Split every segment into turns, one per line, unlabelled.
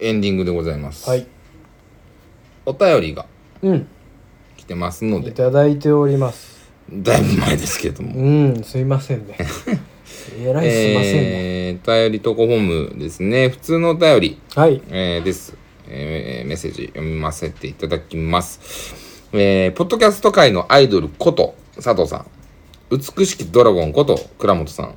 エンディングでございます。
はい。
お便りが
うん。
来てますの
い
で、
ただいております。
だいぶ前ですけれども。
うん、すいません ね。えらいすいませんね。
えー、お便り投稿フォームですね。普通のお便り、
はい。
えーです、えーメッセージ読みませていただきます。えー、ポッドキャスト界のアイドルこと、佐藤さん。美しきドラゴンこと、倉本 さん。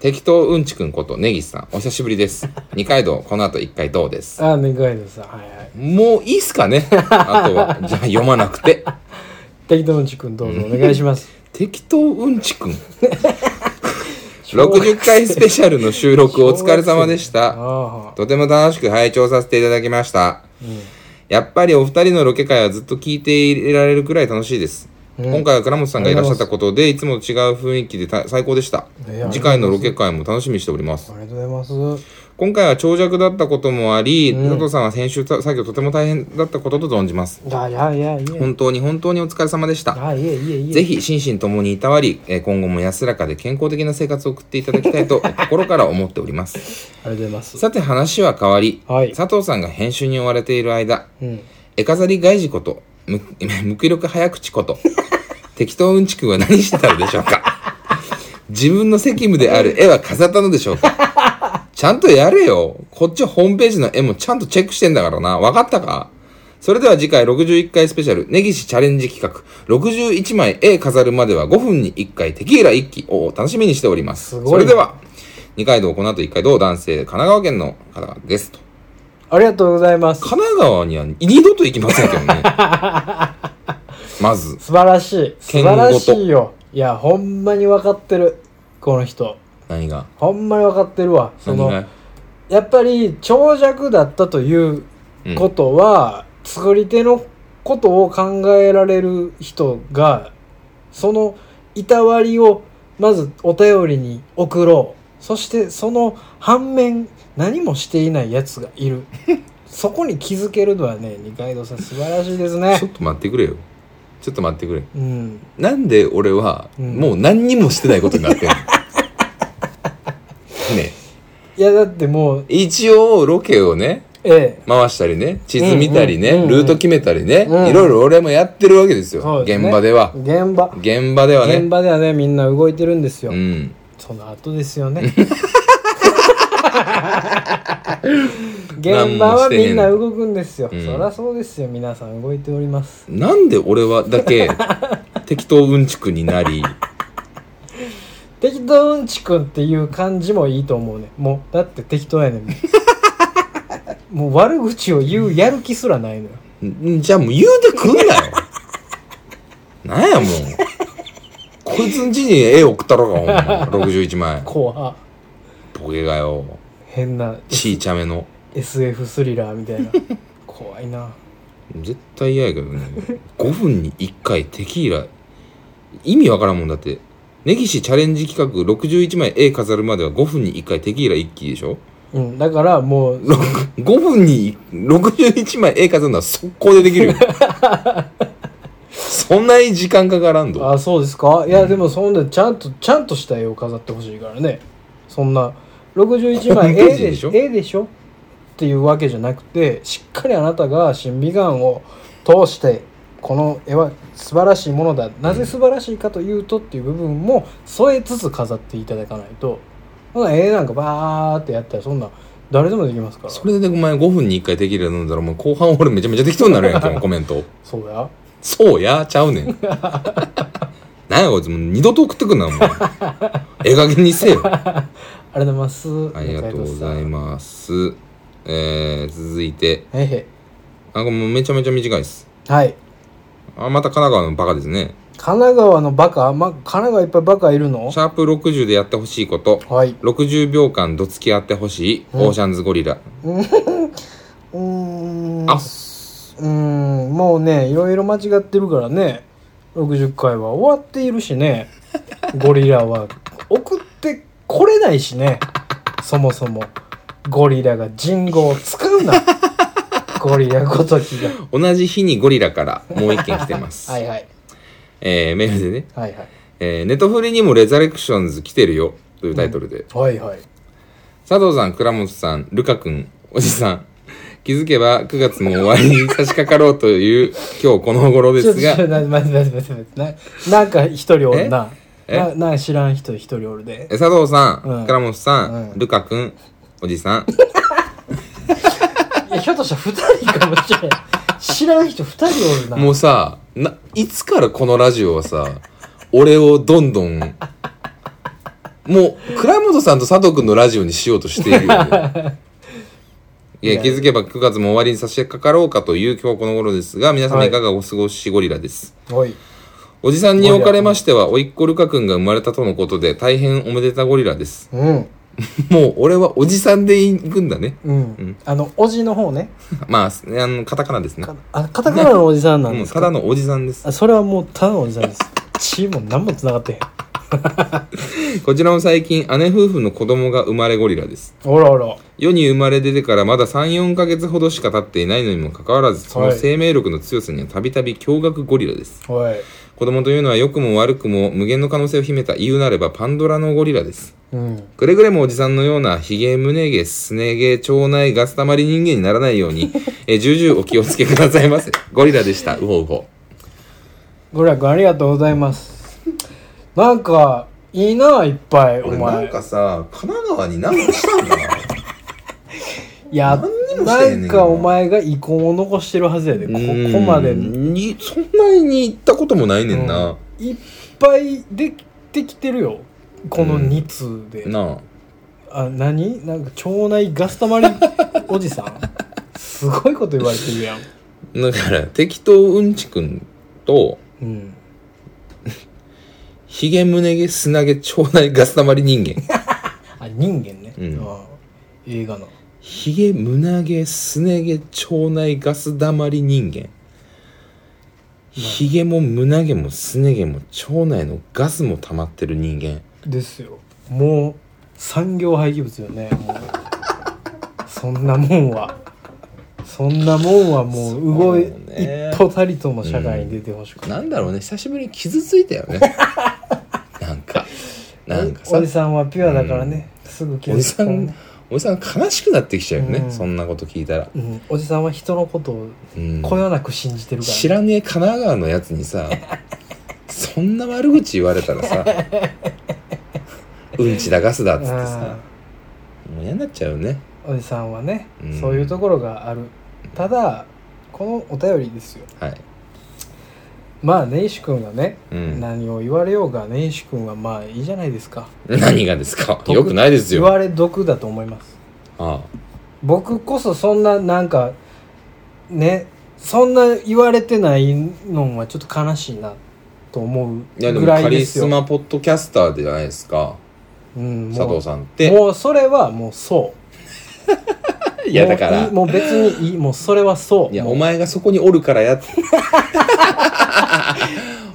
適当うんちくんこと、根岸さん。お久しぶりです。二階堂、この後一回どうです。
あ、願いです。はいはい。
もういいっすかねあとは、じゃあ読まなくて。
適当のちくんどうぞお願いし ます。
適当うんち くん。60回スペシャルの収録お疲れ様でし
あ
た。
あ。
とても楽しく拝聴させていただきました。やっぱりお二人のロケ会はずっと聞いていられるくらい楽しいです。
うん
今回は倉本さんがいらっしゃったことで、いつもと違う雰囲気でた最高でした
いや。
次回のロケ会も楽しみにしております
あ。りがとうございます。
今回は長尺だったこともあり、佐藤さんは編集作業とても大変だったことと存じます。
いやいやいやいや。
本当に本当にお疲れ様でした。
あ、いえいえいえ。
ぜひ心身ともにいたわり、えー今後も安らかで健康的な生活を送っていただきたい と心から思っております。
ありがとうございます。
さて話は変わり、
はい
佐藤さんが編集に追われている間、
うん。
絵飾り外事こと、む 無気力早口 こと、適当うんちくんは何してたのでしょうか自分の責務である絵は飾ったのでしょうかちゃんとやれよ。こっちはホームページの絵もちゃんとチェックしてんだからな。わかったかそれでは次回61回スペシャル、根岸チャレンジ企画、61枚絵飾るまでは5分に1回、テキーラ1期を楽しみにしております。
すごい
それでは、二階堂この後一階堂男性、神奈川県の方ですと。
ありがとうございます。
神奈川には二度と行きませんけど ね。まず。
素晴らしい。素
剣
晴
ごと
らしいよ。いや、ほんまに分かってる。この人。
何が
ほんまに分かってるわ。そ
何
の、
が
やっぱり長尺だったという
うん
ことは、作り手のことを考えられる人が、そのいたわりをまずお便りに送ろう。そしてその反面、何もしていないやつが いる。そこに気づけるのはね、二階堂さん素晴らしいですね
ちょ。っと待ってくれよ。ちょっと待ってくれ。
うん。
なんで俺は、
うん
もう何にもしてないことになってんの ね
いや、だってもう、
一応ロケをね、
え
回したりね、地図見たりね、
うんうんうんうん
ルート決めたりね、
うん
いろいろ俺もやってるわけです
え、
よ。
そうですね
現場では。
現場、
現場ではね。
現場ではねみんな動いてるんですよ、
うん。
その後ですよね
何
現場
もし
は
てへん
みんな動くんですよ、
うん
そりゃそうですよ皆さん動いております
なんで俺はだ け適当うんちくになり、
適当うんちくんっていう感じもいいと思うねもうだって適当やねんもうもう悪口を言うやる気すらないのよ
んじゃあもう言うてくんなよ。なんやもう。こいつんちに絵送ったろか、ほんま。61枚。
怖っ
ボケがよ。
変な
ちいちゃめの。
SF スリラーみたいな怖いな
絶対嫌やけどね。5分に1回テキーラ。意味わからんもんだって。根岸チャレンジ企画61枚絵飾るまでは5分に1回テキーラ1期でしょ
うんだからもう
?5 分に61枚絵飾るのは速攻でできるよ。そんなに時間かからんど。
あそうですかいや、でもそんでちゃんとちゃんとした絵を飾ってほしいからねそんな61枚
ホームペー
絵
ジでし
でし
ょ
ょ絵でしょっていうわけじゃなくてしっかりあなたが審美眼を通してこの絵は素晴らしいものだなぜ素晴らしいかというとっていう部分も添えつつ飾っていただかないとそんな絵なんかバーってやったらそんな誰でもできますから
それでお前5分に1回テキーラ飲んだらもう後半俺めちゃめちゃ適当になるやんけ、もうコメント。
そうや
そうやちゃうねん。なんやこいつもう二度と送ってくんな、もう。ええ加減にせよ。
ありがとうございます
ありがとうござい
す
ます。えー、続いて。
へいへ
あ、これもうめちゃめちゃ短いです。
いはい
あ、また神奈川のバカですね。
神奈川のバカ、ま、神奈川いっぱいバカいるの
シャープ60でやってほしいこと。
はい。う
60秒間どつき合ってほしい。オーシャンズゴリラ。
ーん。
あ
う、ーん、もうね、いろいろ間違ってるからね。60回は終わっているし ね。ゴリラは送ってこれないしね。そもそも。ゴリラが人語を 使うな。ゴリラごときが。
同じ日にゴリラからもう一件来てます。
はいはい。
えー、メールでね。
はいはい。
えー、ネトフリにもレザレクションズ来てるよ。というタイトルで。
はいはい。
佐藤さん、倉本さん、ルカ君、おじさん、気づけば9月も終わりに差し掛かろうという今日この頃で
ちょっ
す
とちょっ
が
と待って待って待って待って待ってななんか一人おるな
え
ななんか知らん人一人おるで
え佐藤さん、
うん
倉本さん、
うん
ルカ君おじさん
いやひょっとしたら二人かもしれん知らん人二人おるな
もうさないつからこのラジオはさ俺をどんどんもう倉本さんと佐藤君のラジオにしようとしているよねい
い
や
や
気づけば9月も終わりに差し掛かろうかという今日この頃ですが皆様いかがお過ごしゴリラです、
おい
おじさんにおかれましては、おいっ子ルカ君が生まれたとのことで、大変おめでたゴリラです。
うん
もう、俺はおじさんで行くんだね。
うん、
ん
あのおじの方ね
まあ、すあの、カタカナですね。
かあカタカナのおじさんなん
も
で
う、
す
た
か、
だのおじさんです。
あそれはもうただのおじさんです血も何もつながってへん
こちらも最近、姉夫婦の子供が生まれゴリラです。
おらおら
世に生まれ出てからまだ3、4ヶ月ほどしか経っていないのにもかかわらず、その
はい
生命力の強さにはたびたび驚愕ゴリラです。
おい
子供というのは良くも悪くも無限の可能性を秘めた言うなればパンドラのゴリラです。
うん
くれぐれもおじさんのようなひげ、胸毛、すね毛、腸内ガスたまり人間にならないよう に、えー重々お気をつけくださいませ。ゴリラでした。うほうほ。
ごらくありがとうございますなんかいいないっぱいうお前
さ、神奈川に何かしたんだな。
いや
何にもし
な
てへんね
ん
んな
かお前が遺恨を残してるはずやでここまでい
に、そんなに行ったこともないねんな。
っぱいできてきてるよこの
うん
2通で、
な
あ何なんか腸内ガスたまりおじさんすごいこと言われてるやん
あ。だから、適当うんちくんと、
うん
ひげ、胸毛、すな毛、腸内ガスたまり人 間。
あ人間ね、
うん
あ映画の
ひげ、胸毛、すね毛、腸内ガスだまり人間。ひげも胸毛もすね毛も腸内のガスも溜まってる人間。
ですよもう産業廃棄物よねもうそんなもんはそんなもんはもう動い、
そうね
一歩たりとも社会に出てほしくない、
なんだろうね、久しぶりに傷ついたよ ね。なんか、なんかさ、
おじさんはピュアだからね、すぐ気
おじさ
から
ん
ね、
おじさん悲しくなってきちゃうよね、
うん
そんなこと聞いたら。
うん、おじさんは人のことを
うん、
こよなく信じてるから、
知らねえ神奈川のやつに さ、そんな悪口言われたらさ、うんちだガスだっつってさ、もう嫌になっちゃうよね。
うんおじさんはね、
うん
そういうところがあるただこのお便りですよ
はい。
まあ根岸君がね、
うん、
何を言われようが根岸君はまあいいじゃないですか
何がですかよくないです
言
よ。
われ毒だと思います
あ
僕こそそんななんかねそんな言われてないのはちょっと悲しいなと思う
いやで
ぐ
も
ら
カ
いで
リ
す
ス
よ
マポッドキャスターじゃないですか
うん
佐
も
藤
う
さんって
もうそれはもうそう
い
い
やだから
もう別にいいもうそれはそう
いや
もう
お前がそこにおるからや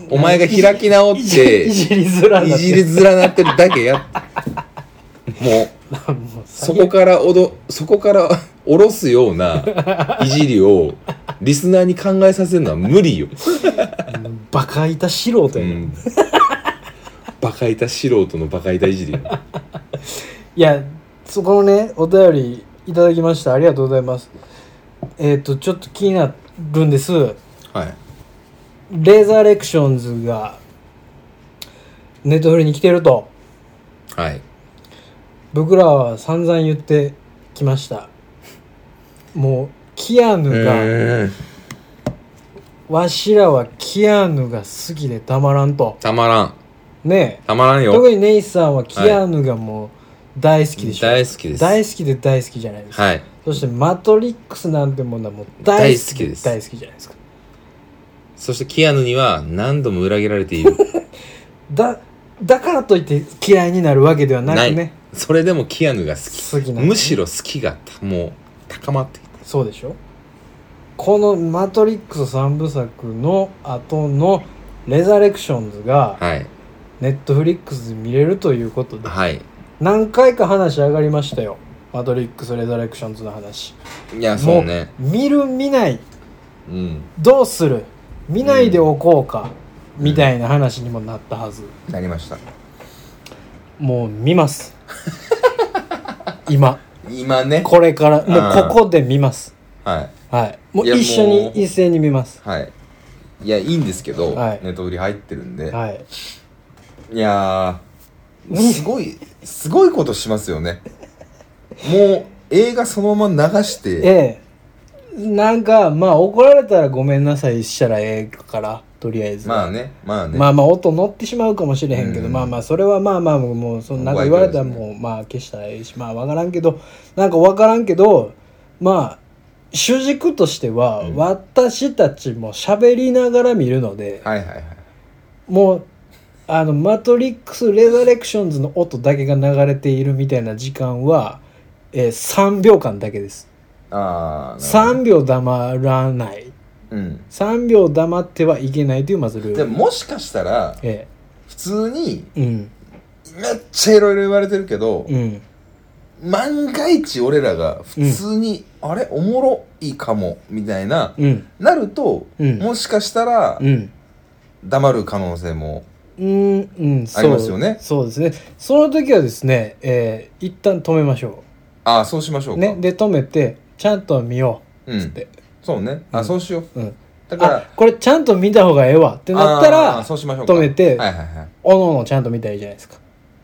お前が開き直っ
いじ
て
い
い
じりづらなって
じりづらなってるだけやもう
もう
そこからおどそこから下ろすようないじりをリスナーに考えさせるのは無理よ、
バカいた素人
う
やな、い
ん、バカいた素人のバカいたいじりよ
やそこのねお便りいただきましたありがとうございますえっ、とちょっと気になるんです
はい
レーザーレクションズがネットフリに来てると
はい
僕らは散々言ってきましたもうキアヌが、
うん
わしらはキアヌが好きでたまらんと
たまらん
ねえ
たまらんよ
特にネイさんはキアヌがもう大好きでしょ、
大好きです
大好きで大好きじゃないですか、
はい
そして「マトリックス」なんてものはもう大好
大好
き
き
で
です
大好きじゃないですか
そしてキアヌには何度も裏切られている
だだからといって嫌いになるわけではなくね
それでもキアヌが好き
好きなのね
むしろ好きがたもう高まってき
そうでしょこの「マトリックス」3部作の後の「レザレクションズ」が
たはい
ネットフリックスで見れるということで
はい
何回か話上がりましたよ「マトリックス・レザレクションズ」の話
いやそうね
見る見ない
うん
どうする見ないでおこうか、みたいな話にもなったはず
なりました
もう見ます今
今ね
これからもうここで見ます
はい
はいもう
いや
一緒に
もう
一斉に見ます
はいいやいいんですけど、
はい
ネット売り入ってるんで、
はい
い、やーすごいすごいことしますよねもう映画そのまま流して
ええなんかまあ怒られたらごめんなさいしたらええからとりあえず
まあねまあね、
まあまあ音乗ってしまうかもしれへんけど、
うん
まあまあそれはまあまあもうそのなんか言われたらもうまあ消したらええしまあ分からんけどなんか分からんけどまあ主軸としては
うん
私たちも喋りながら見るので、
はいはいはい
もうあの「マトリックス・レザレクションズ」の音だけが流れているみたいな時間は、えー3秒間だけです
ああ
3秒黙らない
うん
3秒黙ってはいけないというまずルール
でももしかしたら
え
普通に
えうん
めっちゃいろいろ言われてるけど、
うん
万が一俺らが普通に、あれおもろいかもみたいな、
うん
なると、
うん
もしかしたら
うん
黙る可能性も
うん、うん、そう
ありますよね
そうですね。その時はですね、えー一旦止めましょ
ああそうしましょ
う。
うか、
ね、で止めて、ちゃんと見よ
うん
て、
そうね
う
あ
ん
そうしよう
う。うん。
だから
あ、これちゃんと見た方がええわってなった
あー
ら、
そうしましょうか
止めて
はいはいはい
おのおのちゃんと見たらいいじゃないですか。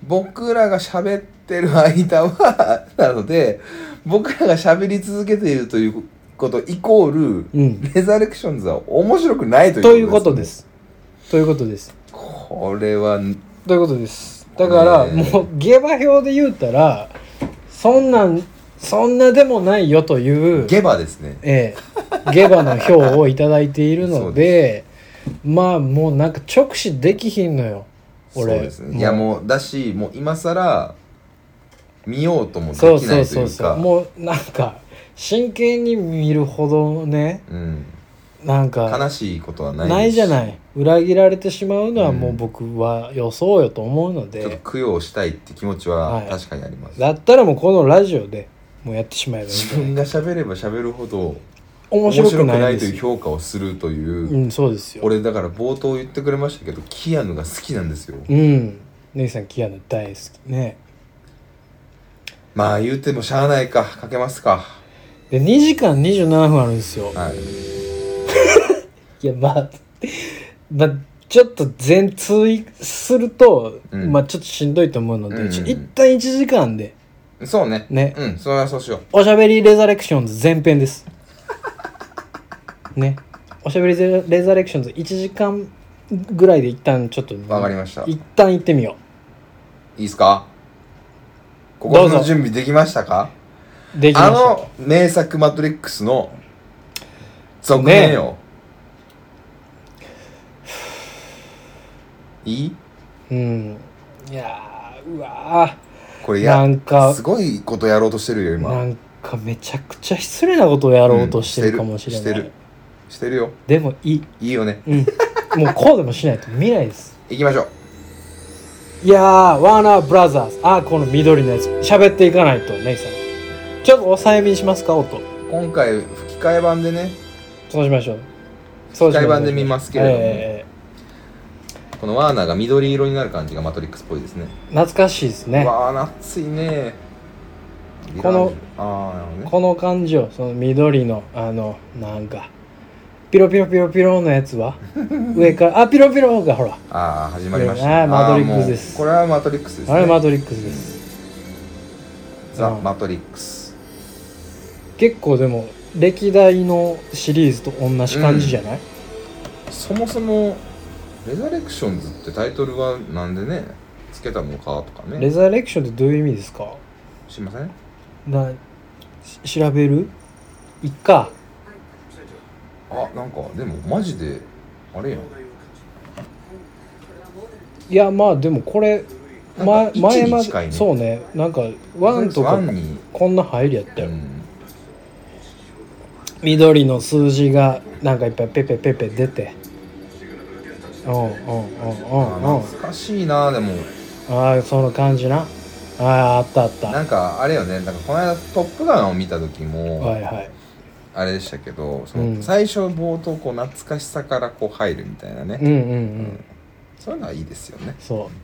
僕らが喋ってる間はなので僕らが喋り続けているということイコール、
うん。
レザレクションズは面白くないと
とい
いうう
ことです。ということです。
これは
ということです。だから、
ねえ
もう、下馬評で言うたら、そんなん、そんなでもないよという。
ゲバですね
ええ、下馬の票をいただいているのでまあもうなんか直視できひんのよ俺
そうですねいやもうだしもう今更見ようともでき
そう
な
そう
いと
そ
いうう
そう
か
もうなんか真剣に見るほどね
うん
なんか
悲しいことはない
ないじゃないい裏切られてしまうのは
うん
もう僕は予想よと思うの
ちょっと
で、
供養したいって気持ち
は
はい確かにあります、
だったらもうこのラジオでもうやってしまえばいいんじ
自
ゃな
分が喋
い
れば喋るほど
面
面
白
白
く
く
な
ない
ん
い
で
と
す
いう
よ
評価をするという、
うんそうですよ
俺だから冒頭言ってくれましたけどキアヌが好きなんですよ、
うんネギさんキアヌ大好きね
まあ言うてもしゃあないかかけますか
で2時間27分あるんですよ
はい
いやまあまあちょっと全通すると、
うん
まあちょっとしんどいと思うので、
うん
ちょ一旦1時間で
そうね
ね
うんそれはそうしよう
「おしゃべりレザレクションズ」前編ですねおしゃべりレレザレクションズ1時間ぐらいで一旦ちょっと
わかりましたい
一旦行ってみよ
いですか
どう
心
ぞ
の準備できましたか
うできま
あ
したか
の名作「マトリックス」の続編よ、いい
うんいやーうわ
これ
ー
や
なんか
すごいことやろうとしてるよ今
なんかめちゃくちゃ失礼なことをやろうとしてるかもしれない、
うんしてるしてるよ
でもいい
いいよね
うん、 もうこうでもしないと見ないです。
行きましょう
いやー、ワーナーブラザーズ、あー、この緑のやつ、喋っていかないと、ネイさん。ちょっと抑えめにしますか、音。
今回吹き替え版でね
そうしましょう。そうし
吹き
ましょう
替え版で見ますけれども
え
このワーナーが緑色になる感じがマトリックスっぽいですね
ー懐かしいですね。
わあ夏いね
この
ああなるほどね
この感じを、その緑の、あの、なんか、ピロピロピロピロのや つは、上から、あ、ピロピロがほら、
ああ始まりました
あーマトリックスで
あーもう
す
これはマトリックスですね
あれマトリックスです。
ザ・
うん
マトリックス
結構でも、歴代のシリーズと同じ感じじゃない、
そもそもレザレクションズってタイトルはなんでねつけたのかとか
レ
ね
ザーレクションってどういう意味ですか
すいません
なし調べるいっか
あなんかでもマジであれやん
いやまあでもこれ
なん
前
か
前
一
ま
に近い
で
ね
そうねなんかワンと
ワ
か
ンに
こんな入りやった
う
よ、
ん
緑の数字がなんかいっぱいペペペペ出てうんうんう
あ
んうんうん
ー懐かしいなでも
ああその感じなあああったあった
な
は
んかあれよねなんかこの間「トップガン」を見た時
い
も、
はい
あれでしたけどそうの
ん
最初冒頭こう懐かしさからこう入るみたいなね、
うんうんうん
そういうのはいいですよね
そう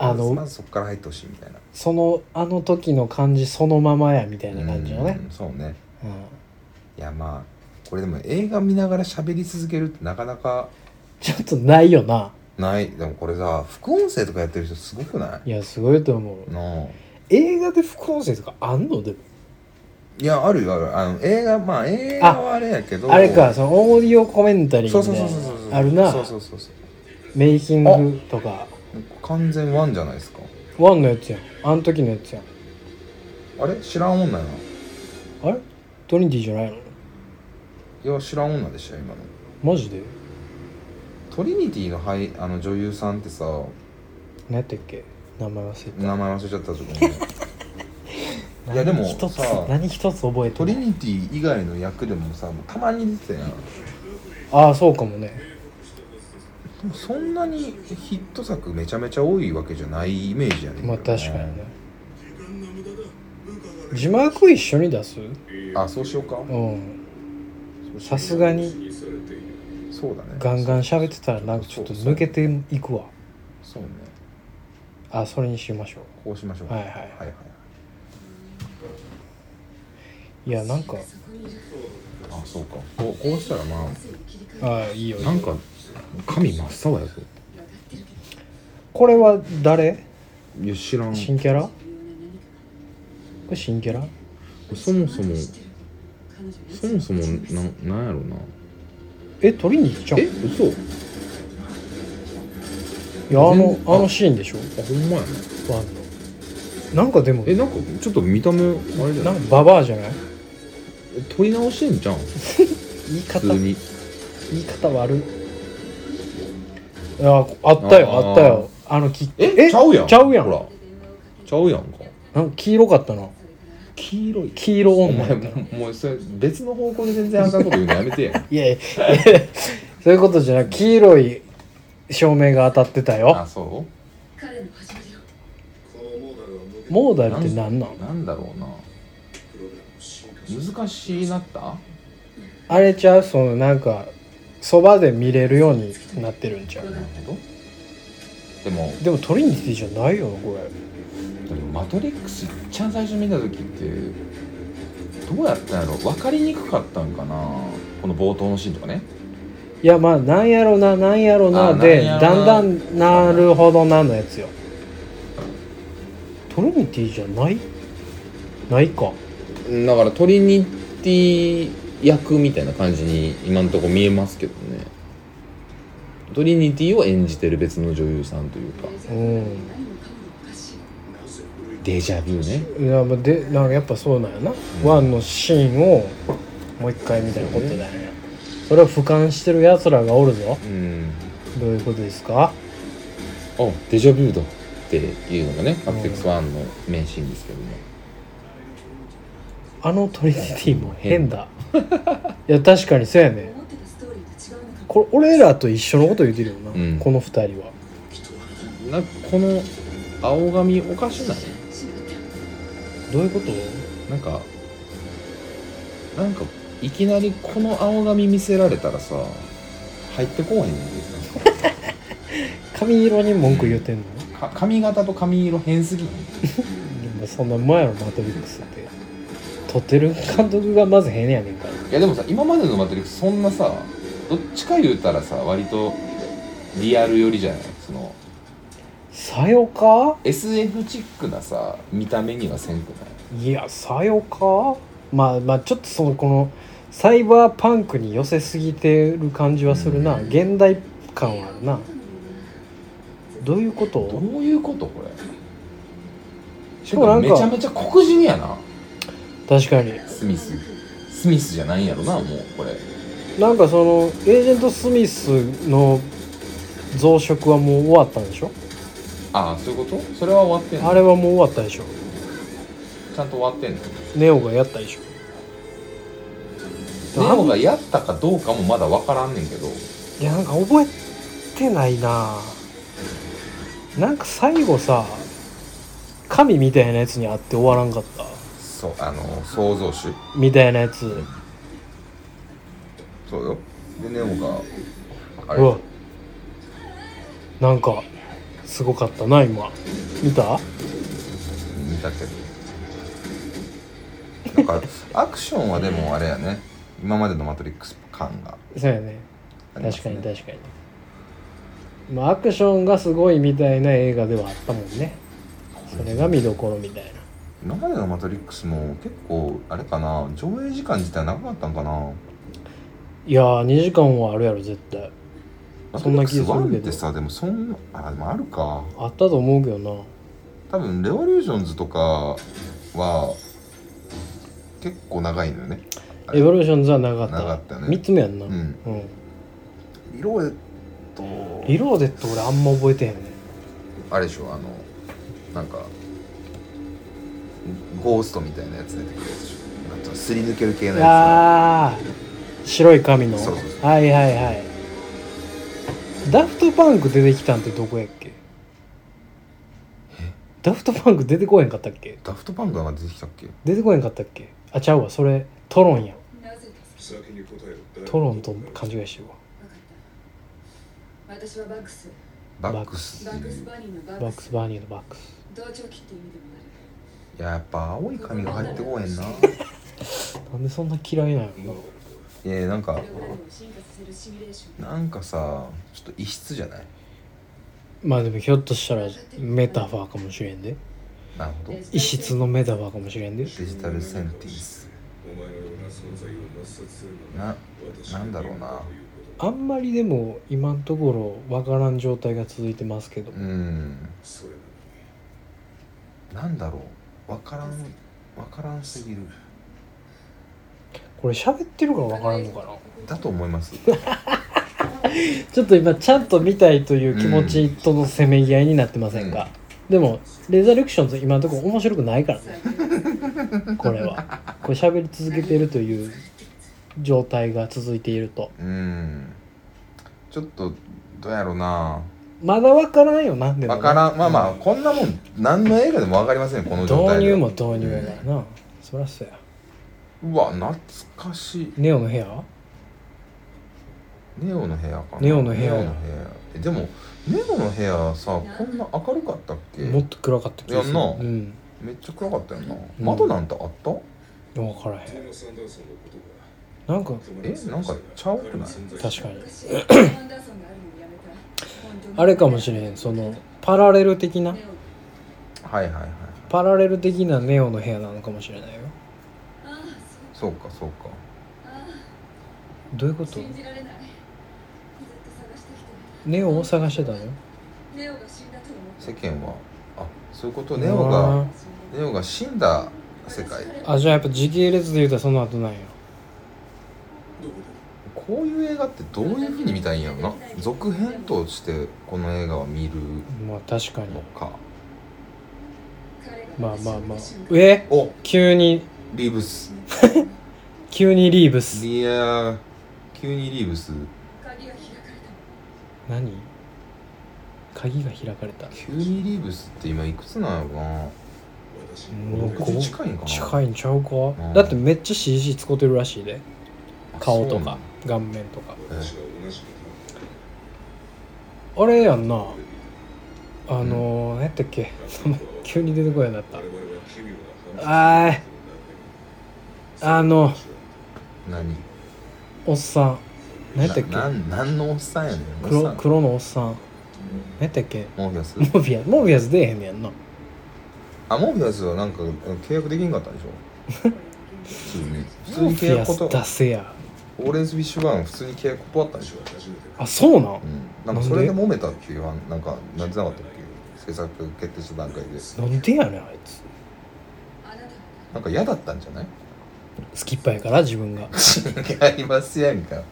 あ
ま
の
ずそこから入ってほしいみたいな
そのあの時の感じそのままやみたいな感じのね
うんそうね
うん
いやまあこれでも映画見ながら喋り続けるってなかなか
ちょっとないよな
ないでもこれさ副音声とかやってる人すごくない
いやすごいと思う
の
映画で副音声とかあんのでも
いやあるよあるあの映画まあ映画はあれやけど
あれかそのオーディオコメンタリー
そう
み
そう
た
そう
い
そう
な
そう
のあるな
そうそうそうそう
メイキングとか
完全ワンじゃないですか
ワンのやつやんあの時のやつやん
あれ知らん女やな
あれトリニティじゃないの
いや知らん女でしたよ今の
マジで
トリニティの俳あの女優さんってさ
何やったっけ名前忘れた
名前忘れちゃったちょっとごめん いやで
何
も
一つ
さ
何一つ覚え
ト
てな
リ
い
ニティ以外の役でもさもうたまに出てたやん
ああそうかもね
でもそんなにヒット作めちゃめちゃ多いわけじゃないイメージやねんけど
まあ
ね
確かにね字幕一緒に出す
あそうしようか
うん
そうしよ
さすがに
うそうだね
ガンガン喋ってたらなんかちょっと抜けていくわ
そうね
あそれにしましょ
こうしましょう
はいはい
はいはい、
ういやなんか
あそうかこうこうしたらま
ああいいよいい
あ
よ
なんか神真っ青やぞ
これは誰
いや知らん
新キャラこれ新キャラ
そもそもそもそもなんなんやろうな
え取りに行っちゃう
え嘘
いやあの
全
あのシーンでしょ
あほんまやね
ワンのなんかでも
えなんかちょっと見た目あれじゃ
な
なんい
かババアじゃない
撮り直してんじゃん
言い
普
方
通に
言い方悪いいやあったよ
あー
あったよあのき
えちゃうやん
ちゃうやん
ほらちゃうやんか
なんか黄色かったな
黄色い
黄色
お
女
前
やったな
もうもうそれ別の方向で全然あかんこと言うのやめてや
いやいやいや そういうことじゃなく黄色い照明が当たってたよ
あそ
彼の始まりを
モーダルって何な
うんなんだろうな難しいなった
あれちゃうそのなんかそばで見れるようになってるんちゃ
な
う
るほどでも
でもトリニティじゃないよなこれ
でもマトリックスいっちゃん最初見た時ってどうやったんやろ分かりにくかったんかなこの冒頭のシーンとかね
いやまあなんやろななんやろ
あ
な
ー
で
なんや
だ
ろ
ん
な
だんなるほどなのやつよトリニティじゃないないか
だからトリニティ役みたいな感じに今のところ見えますけどねトリニティを演じてる別の女優さんというか
うん
何もかもおかしい
デジャブね
いやまあでなんかやっぱそうなんやな、ワンのシーンをもう一回みたいなことだよねそれを俯瞰してるやつらがおるぞ
うん
どういうことです
あ
か
デジャブだっていうのがねマックスワンの名シーンですけども
あのトリニティも変だいや確かにそうやね
思ってたストーリーと違うのかも
これ俺らと一緒のこと言ってるよな、
うん
この二人は
なんかこの青髪おかしない
しまった
どういうこと
なんかなんかいきなりこの青髪見せられたらさ入ってこうへんねんけど
髪色に文句言うてんの、
さか髪型と髪色変すぎひん
でもそんな前やろマトリックスって撮ってる監督がまず変やねんから
いやでもさ今までの「マトリックス」そんなさどっちか言うたらさ割とリアル寄りじゃないその
さよか
SF チックなさ見た目にはせんくない
いやさよかまあまあちょっとそのこのサイバーパンクに寄せすぎてる感じはするな、
うん
現代感はあるなどういうこ
ど
と
ういうことこれし
で
か
もな
も
んか
めちゃめちゃ黒人やな
確かに
スミススミスじゃないんやろなもうこれ
なんかそのエージェント・スミスの増殖はもう終わったんでしょ
ああそういうことそれは終わってんの
あれはもう終わったでしょ
ちゃんと終わってんの
ネオがやったでしょ
ネオがやったかどうかもまだ分からんねんけど
いやなんか覚えてないななんか最後さ神みたいなやつに会って終わらんかった
そうあの創造主
みたいなやつ
そうよでネオがあ
うわなんかすごかったな今見た
見たけどなんかアクションはでもあれやね今までの「マトリックス」感が
そうやね
あります
確か
ね
に確かに、まあ、アクションがすごいみたいな映画ではあったもんねそれが見どころみたいな
今までの「マトリックス」も結構あれかな上映時間自体長かったんかない
やー2時間はあるやろ絶対そんな気するけど
マトリックス1ってさでもそんあでもあるか
あったと思うけどな
多分「レボリューションズ」とかは結構長いのよねあれ
エボリューションズはなかった
なかったね
3つ目やんな
うん
うん
色えっと
リローデット俺あんま覚えてへんね
あれでしょあのなんかゴーストみたいなやつ出てくるやつでしょあとすり抜ける系のや
ああ白い髪の
そうそうそう
はいはいはいダフトパンク出てきたんってどこやっけダフトパンク出てこへんかったっけ
つダフトパンクが出てきたっけ
出てこへんかったっけあちゃうわそれトロンや
なぜ助
先に答えろ
トロンと勘違いしてるわ
けわかった私はバックス
バックス
バ
って
ック
い
ス
う
バニーのバ
バッ
ック
ク
ス
スバーニーのバックス
同調期って意味でもあ
いややっぱ青い髪が入ってこへんな
なんでそんな嫌いなの
いやなんか
るプログラムを進化させるシミュレーション
なんかさちょっと異質じゃない
まあでもひょっとしたらメタファーかもしれんで
なるほど
異質のメタファーかもしれんで
デジタルセンティンス
お前のような存在を抹殺するのは
な
私
なんだろうな
あんまりでも今のところわからん状態が続いてますけど
うん
それなの
なん
に
だろうわからんわからんすぎる
これ喋ってるからわからんのかな
だと思います
ちょっと今ちゃんと見たいという気持ちとのせめぎ合いになってませんか、でも「レザレクションズ」今のところ面白くないからねこれはこれ喋り続けてるという状態が続いていると
うんちょっとどうやろうな
まだわからんよなでも
わ
ね
からんまあまあこんなもん何の映画でもわかりませんよこの状
導
態で
入も導入やからな、そらそうや
うわ懐かしい
ネオの部屋
ネオの部屋かな
ネオの部
ネ
屋
オの部屋えでもネオの部屋さこんな明るかったっけ
もっと暗かった気がする
いやな
うん
めっちゃ暗かったよな、
ん
窓なんてあった
分からへ
ト
ん
ーマス・アンダーソンのこと
なんか
が
えなんかちゃうくない
確かに
昔アンダーソンがあるのをやめた本当に
あれかもしれへんそのパラレル的な
ネオ
はいはいはい
パラレル的なネオの部屋なのかもしれないよ
ああ
そうかそうか
そうあ
どういうこ
あ
と
信じられないずっと探してきて
ネオを探してたの
ネオが死んだと思って
世間はあそういうことネオがネオが死んだ世界
あじゃあやっぱ時系列で言うたらその後なんや
こういう映画ってどういうふうに見たいんやろな続編としてこの映画は見る
まあ確かに
のか
まあまあまあ
え
え
お
急に
リーブス
急にリーブス
いやー急にリーブス
鍵が開か
何鍵が開かれた
急にリーブスって今いくつなんやろな
もう
こ
こ
近いんかな
近いんちゃうか、
ん
だってめっちゃ CG 使ってるらしいで顔とか顔面とか
私は同じ
あれやんなあのー何やったっけ 急に出てこやなった
我々は奇妙
あーあの
何
おっさん何やったっ
なな
け
んなんのおっさんやねんおっさ
黒
ん
黒のおっさん何やったっけ
モーフィアス
モビアモビアス出えへんねやんな
あモーフィアスはなんか契約できんかったんでしょ普通に普通
モ
に
ビ
契
ア
約
ス
断
出せや
オーレンズ・ビッシュバーン普通に契約断ったんでしょ、
あそうなん
うん、なんかそれで揉めたっていう話なんかなってなかったっけ制作決定した段階で
なんでやねんあいつ
あなたは
なんか嫌だったんじゃない
スキッパーやから自分が
違いますやんか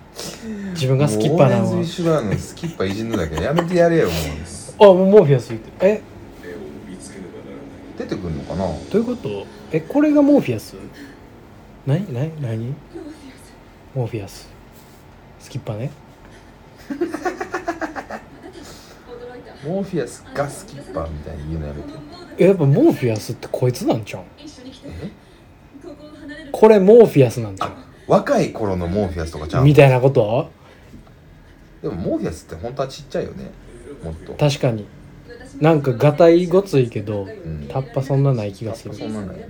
自分がスキッパーな
もうオー
の
レンズ・ビ
は
ッシュバーンのスキッパーいじんのだけどやめてやれよもう
あもうモーフィアス言ってるえ
ネオを見つけねばならない
出てくるのかな
どういうことえこれがモーフィアス何何何
ローフィアス
モーフィアススキッパーね
驚いた
モーフィアスがスキッパーみたいに言うのやめて
えやっぱモーフィアスってこいつなんちゃうん
一緒に来て
え
ここを離れる
これモーフィアスなんちゃ
若い頃のモーフィアスとかちゃ
うん
う
みたいなこと
でもモーフィアスって本当はちっちゃいよねもっと
確かになんかがたいごついけど
ん
タッパそんなない気がする
そんなのや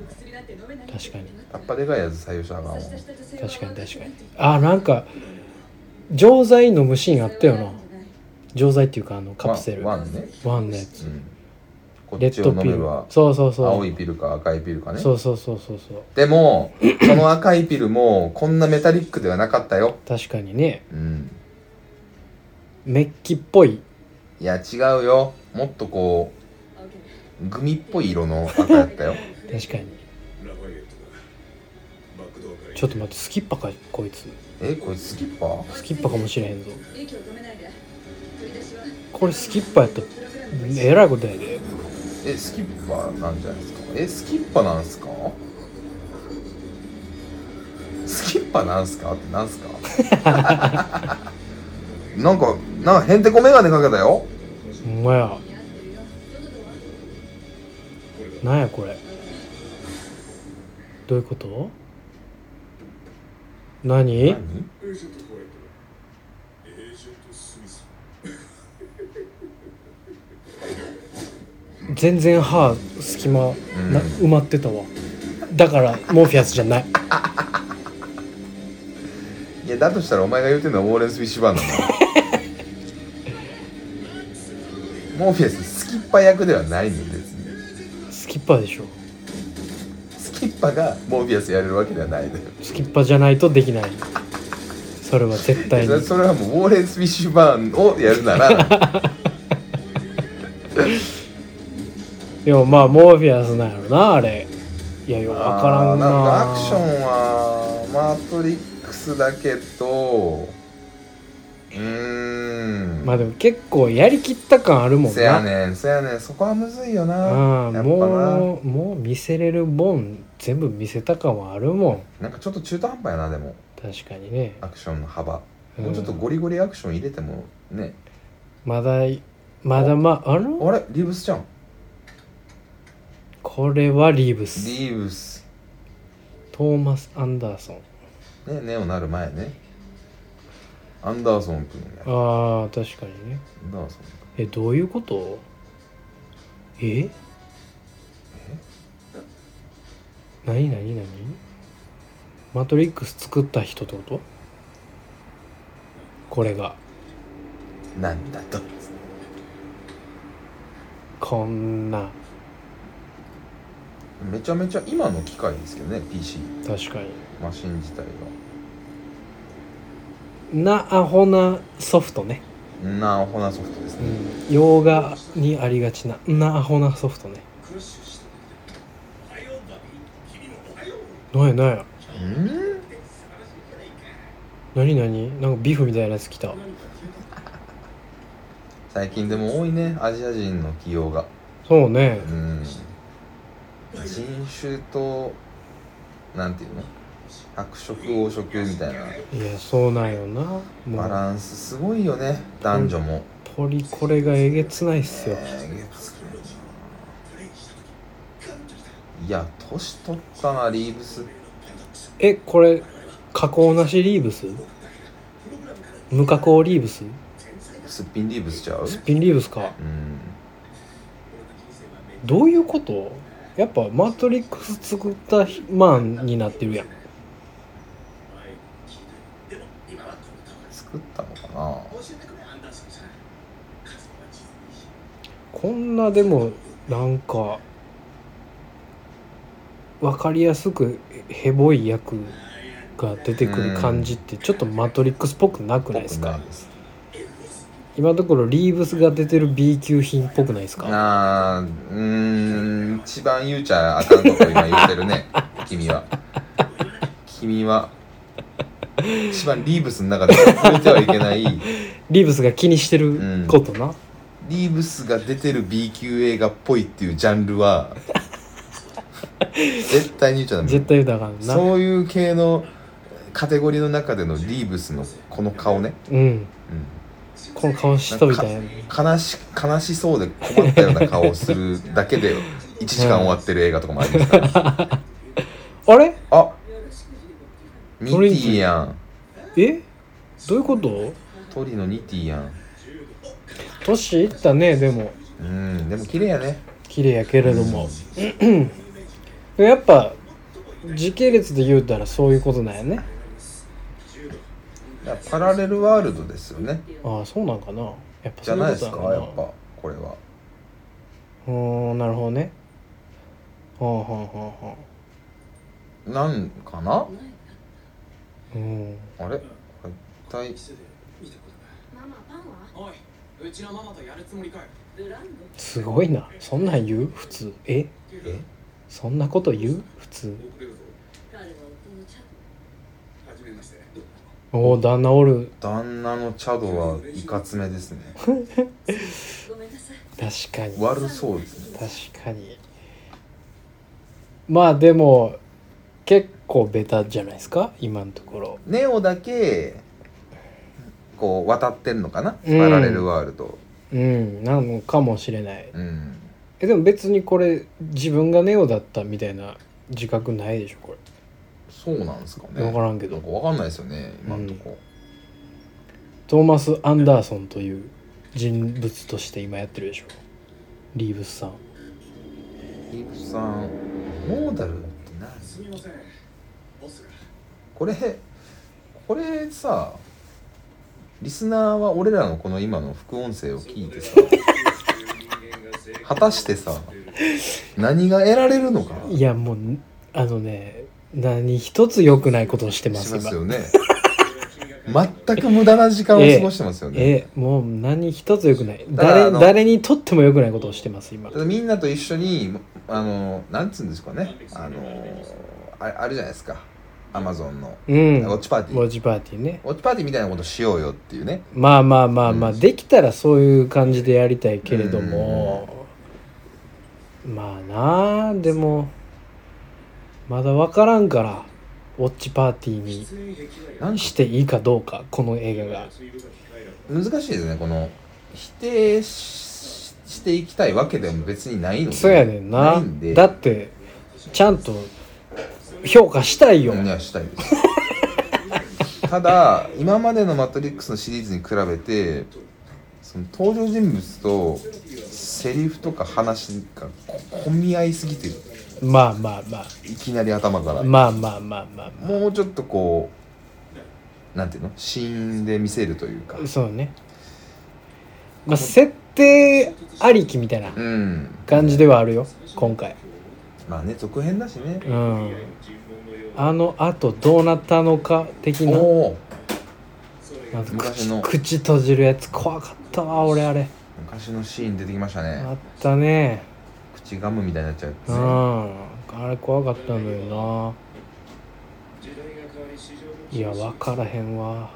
確かに
やっぱでかいやつ採用したらあかんわ
確かに確かにあなんか錠剤飲むシーンあったよな錠剤っていうかあのカプセル
ワン
ワ
ワンね、
ンのやつ
うん、こ
レ
っち
ッ
を飲
ドピ
め
ル
ば
そうそうそう
青いピルか赤いピルかね
そうそうそうそうそう
でもこの赤いピルもこんなメタリックではなかったよ
確かにね
うん
メッキっぽい
いや違うよもっとこうグミっぽい色の赤やったよ
確かに
ラファイエットだバックドアから
ちょっと待ってスキッパかこいつ
えこれスキッパー
スキッパかもしれへんぞ
息を止めないで取り出しは
これスキッパやったらえらいことやで
えスキッパーなんじゃないですかえスキッパなんすかスキッパなんすかってなんすか なんかなんかへんてこメガネかけたよ
ほんまやなんやこれどういうこと何
何
エージェントホワイトエージェントスミス
全然歯隙間な
うん
埋まってたわだからモーフィアスじゃない
いやだとしたらお前が言うてんのはウォーレン・スミッシュバーンなん だモーフィアススキッパ役ではないの別に
スキッパでしょ
スキッパがモーフィアスやれるわけではないのよ
スキッパじゃないとできないそれは絶対
それ
に
それはもうウォーレン・スミッシュバーンをやるなら
でもまあモーフィアスなんやろなあれいやよう分からんな
あーんかアクションはマトリックスだけどうーん
まあでも結構やりきった感あるもん
せや
な、
ねんせやねんそこはむずいよな
あ
やっぱ
あ
な
もうもう見せれるもん全部見せた感はあるもん
なんかちょっと中途半端やなでも
確かにね
アクションの幅
うん
もうちょっとゴリゴリアクション入れてもね、
まだまだまあの
あれリーブスじゃん
これはリーブス
リーブス
トーマス・アンダーソン
ねネオなる前ねアンダーソン君やア
ああ確かにね
ンダーソン
えどういうことえ何何何マトリックス作った人ってことこれが
君なんだと
こんな
めちゃめちゃ今の機械ですけどね PC
確か
マシン自体
になアホなソフトね、
がなアホなソフトです
う
ね、
ん、洋画にありがちななアホなソフトね
クラッシュしたおはようバビー君もおはよう
なんやなんや
うん
何何なんかビフみたいなやつ来た
最近でも多いねアジア人の起用が
そうね
うん人種となんていうの白色黄色みたいない
やそうなんよなも
バ
う
ランスすごいよね男女も、
ポリコレがえげつないっすよ
いや年取ったなリーブス
えこれ加工なしリーブス無加工リーブス
すっぴんリーブスちゃう
すっぴんリーブスか
うん
どういうことやっぱマトリックス作ったマンになってるやん
作ったのか
こんなでもなんか分かりやすくヘボい役が出てくる感じってちょっとマトリックスっぽくなく
な
な
ぽく
いです
な
か
いです
今のところリーブスが出てる B 級品っぽくないですか
なあうーん一番言うちゃあかんこと今言ってる ね君は君は一番リーブスの中で触れてはいけない
リーブスが気にしてることな、
リーブスが出てる B 級映画っぽいっていうジャンルは絶対に言っちゃダメ
絶対言うたらあかんな
そういう系のカテゴリーの中でのリーブスのこの顔ね、
うん
うん
この顔したみたいな
悲し悲しそうで困ったような顔をするだけ で1時間終わってる映画とかもありますから、
あれ
あニティやん
えどういうこと
鳥のニティやん
年いったねでも
うんでも綺麗やね
綺麗やけれどもやっぱ時系列で言うたらそういうことなんやね
いやパラレルワールドですよね
ああそうなんかなやっぱ
じ
そ
ゃ
ういう
ないで
こと
すか
んな
やっぱこれは
うーんなるほどねはあはあはあは
なんかな
あうん
あれこれ一体
ママパンは
おいうちのママとやるつもりかい
ブランド
すごいなそんなん言う普通え
え
そんなこと言う普通
遅れるぞ
彼は夫のチャド
はじめまして
おお旦那おる
旦那のチャドはいかつめですね
ごめんなさい
確かに
悪そうですね
確かにまあでも結構ベタじゃないですか今のところ
ネオだけこう渡ってんのかなパ
うん
ラレルワールド
うんなのかもしれない
うん
えでも別にこれ自分がネオだったみたいな自覚ないでしょこれ
そうなんですかね
分からんけど
なんか分かんないですよね今んとこ、
トーマス・アンダーソンという人物として今やってるでしょリーブスさん
イーブさんモーダルって何
すみませんボスが
これこれさリスナーは俺らのこの今の副音声を聞いて さ果たしてさ何が得られるのか
いやもうあのね何一つ良くないことをしてま
し
す
ま
今
すよね全く無駄な時間を過ごしてますよね、
えもう何一つ良くない
だからあ
誰
の
誰にとっても良くないことをしてます今
ただみんなと一緒にあのなんつうんですかねあのあれあるじゃないですかアマゾンの
うん
ウォッチパーティー
ウォ
ウ
ッチパーティーね
ォッチパーティーみたいなことしようよっていうね
まあまあまあまあ、
うん
できたらそういう感じでやりたいけれども、まあなあでもまだ分からんからウォッチパーティー
なん
に
か
していいかどうかこの映画が
難しいですねこの否定ししていきたいわけでも別にないので
そうやねん
ない
なん
で
だってちゃんと評価したいよ、
いやしたいです ただ今までの「マトリックス」のシリーズに比べてその登場人物とセリフとか話がこ混み合いすぎてる
まあまあま
いきなり頭から
あまあまあまあまあ、ま
もうちょっとこうなんていうのシーンで見せるというか
あ、そうねまあ設定ありきみたいな
うん
感じではあるよ今回
まあね続編だしね
うんあのあとどうなったのか的な
おお
なんか
昔
口
の
口閉じるやつ怖かったわ俺あれ
昔のシーン出てきました
あ
ね
ったね
口ガムみたいになっちゃうやつ
う
ね
んあれ怖かったんだよないや分からへんわ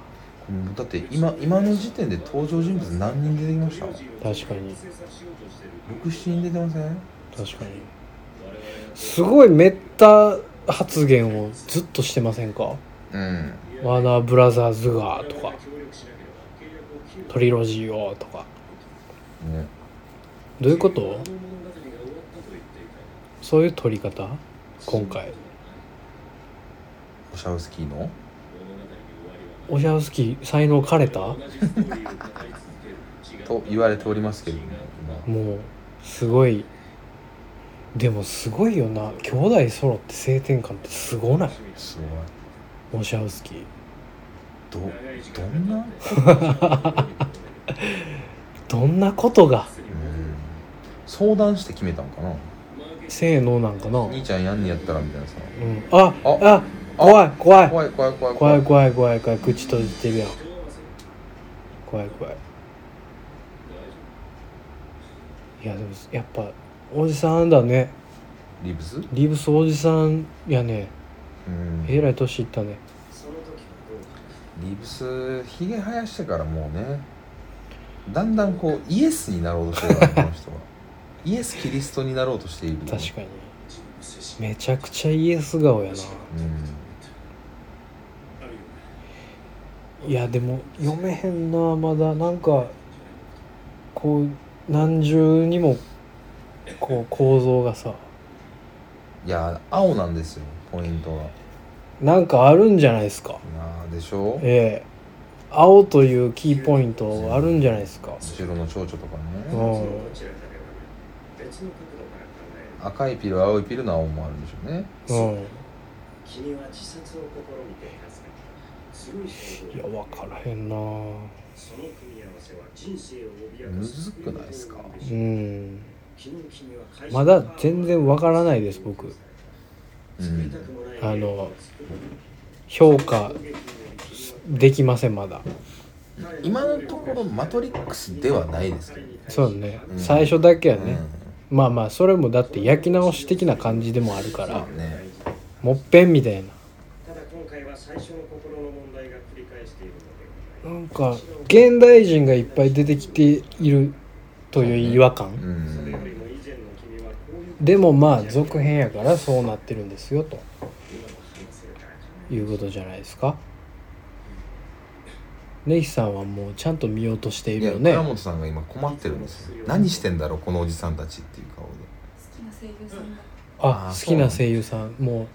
もうだって今今の時点で登場人物何人出てきました
確かに
67人出てません
確かにすごいめった発言をずっとしてませんか
うん
ワーナーブラザーズがとかトリロジーをとか
ね
どういうことそういう撮り方今回
オシャウスキーの
オシャウスキー才能枯れたも
と言われておりますけれども今
うすごいでもすごいよな兄弟揃って性転換ってすごない
すごい
オシャウスキー
どどんな
どんなことが
うん相談して決めたのかな
性能なんかな、うん、
兄ちゃんやんねやったらみたいなさ
あ
あ
あ怖い怖い
怖い怖い怖い
怖い怖い怖い怖い口閉じてるやん怖い怖いいやでもやっぱおじさんだね
リブス
リーブスおじさんやね
うん
えらい年いったね
リブスひげ生やしてからもうねだんだんこうイエスになろうとしてる からこの人はイエスキリストになろうとしている
確かにめちゃくちゃイエス顔
う
やな
ん
いやでも読めへんなまだなんかこう何重にもこう構造がさ
いや青なんですよポイントは
なんかあるんじゃないですか
いやーでしょ
ええ青というキーポイントあるんじゃないですか
後ろの蝶々とか
う
ね
ん
赤いピル青いピルの青もあるんでしょうね
うん
君は自殺を試みていますが強い
い
衝
や
動
分からへんな
その組み合わせは人生を脅
む
か
ず
す
くないっすか
うん
昨日君は会社
まだ全然わからないです僕
うん
あの評価できませんまだ
今のところ「マトリックス」ではないですけどね
そうね、
うん
最初だけは
う
ね、
ん
まあまあそれもだって焼き直し的な感じでもあるから、
そうね
もっぺんみたいな
ただ今回は最初の心の問題が繰り返しているのでは
なんか現代人がいっぱい出てきているという違和
う
感
ないそれよ
ん
りも以前の君はこういう
でもまあ続編やからそうなってるんですよと
今の反省から
いうことじゃないですかネヒさんはもうちゃんと見落としてい
い
る
や
よね
倉本さんが今困ってるんですよ何してんだろうこのおじさんたちっていう顔で
きな声優さんが
あ
あ
好きな声優さんもう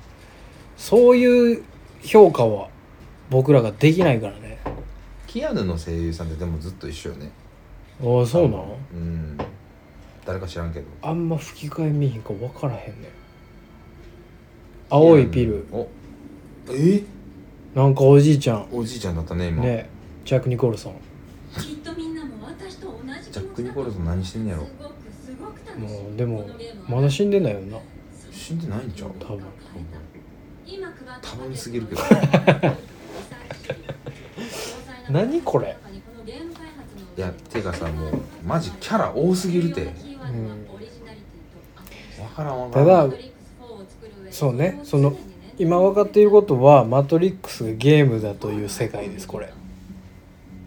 そういう評価は僕らができないからね
キアヌの声優さんってでもずっと一緒よね
ああそうなの
うん誰か知らんけど
あんま吹き替え見ひんか分からへんね青いビル
おえ
なんかおじいちゃん
おじいちゃんだったね今
ねジャック・ニコルソン
きっとみんなも私と同じ気
ジャッ
持
ク・
ち
ニ
だ
コルソン何してんねやろ
すごくすごく楽しい
もうでも
このゲームは
まだ死んでないよな
死んでないんちゃう
多分
今配った
多分すぎるけど
何これ
いやてかさもうマジキャラ多すぎるて
ん
わからんわか
た
らん
だそうねその今分かっていることはマトリックスがゲームだという世界ですこれ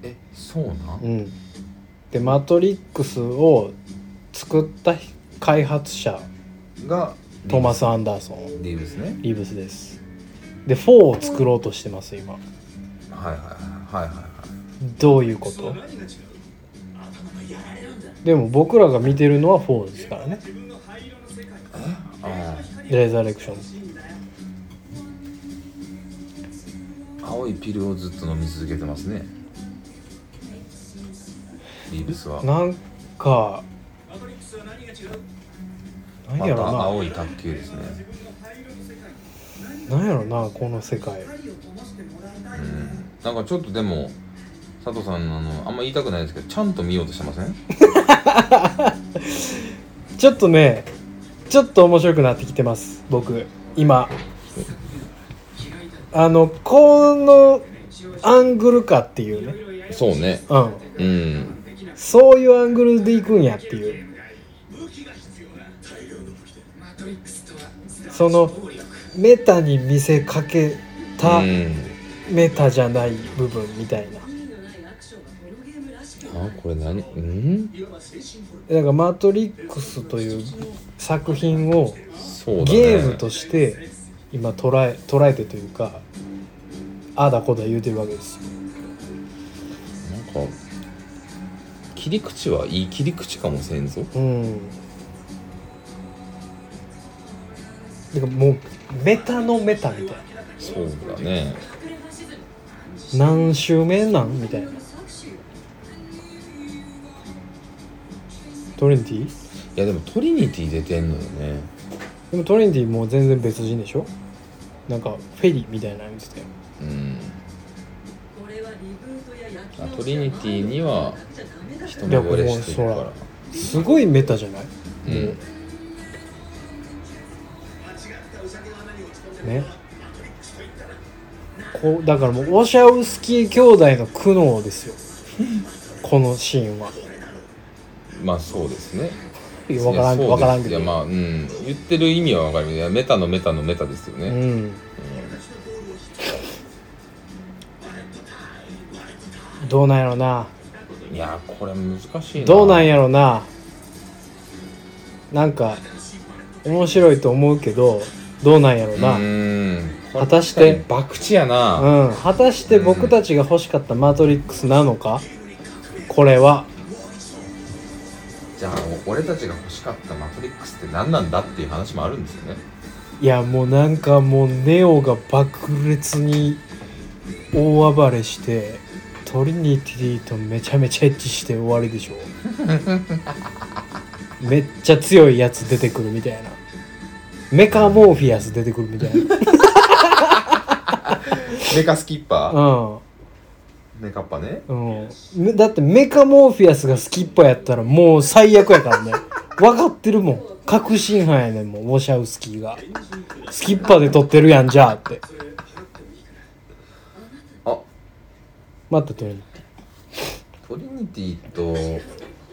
えそうなん
うんでマトリックスを作った開発者
が
トマス・アンダーソン
リーブスね
リブスですで4を作ろうとしてます今
はいはいはいはいはい
どういうこと
何が違う頭がやられるんだ
でも僕らが見てるのは4ですからね
自分の灰色の世界
あ
レザレクション
あ青いピルをずっと飲み続けてますねリーブスは
なんか
マトリックスは何が違う
なん
ま
や
た
ろ
青い卓球ですね
ななんやろなこの世界
うんなんかちょっとでも佐藤さんのあのあんま言いたくないですけどちゃんと見ようとしてません
ちょっとねちょっと面白くなってきてます僕今あのこのアングルかっていうね
そうね
うん
うん
そういうアングルでいくんやっていうそのメタに見せかけた
うん
メタじゃない部分みたいな
あこれ何うん
だから「マトリックス」という作品を
そうだね
ゲームとして今捉え捉えてというかああだこうだ言うてるわけです
なんか切り口はいい切り口かもせんぞ
うんだからもうメタのメタみたい
そうだね
な何周目なんみたいなトリニティ
いやでもトリニティ出てんのよね
でもトリニティもう全然別人でしょなんかフェリーみたいなの言ってたよ
うん
あ
トリニティには一目
でも
惚れ
もう
して
そ
る
ら
から
すごいメタじゃない
うん
ねこうだからもうウォシャウスキー兄弟の苦悩ですよこのシーンは
まあそうですね
いやわからん
いやそうです
わからんけど
いやまあうん言ってる意味はわかるいやメタのメタのメタですよ
う
ね、
んどうなんやろない
やこれ難しいな
どうなんやろななんか面白いと思うけどどうなんやろな
う
うん、
ーん
果たして
博打やな、
果たして僕たちが欲しかったマトリックスなのかこれは
じゃあ俺たちが欲しかったマトリックスって何なんだっていう話もあるんですよね
いやもうなんかもうネオが爆裂に大暴れしてトリニティとめちゃめちゃエッチして終わりでしょ めっちゃ強いやつ出てくるみたいなメカモーフィアス出てくるみたいな
メカスキッパ
うん
ーメカッパね
うんめ、だってメカモーフィアスがスキッパやったらもう最悪やからね分かってるもん確信犯やねんもうウォシャウスキーがスキッパで撮ってるやんじゃあって
あ
待って撮るの
トリニティと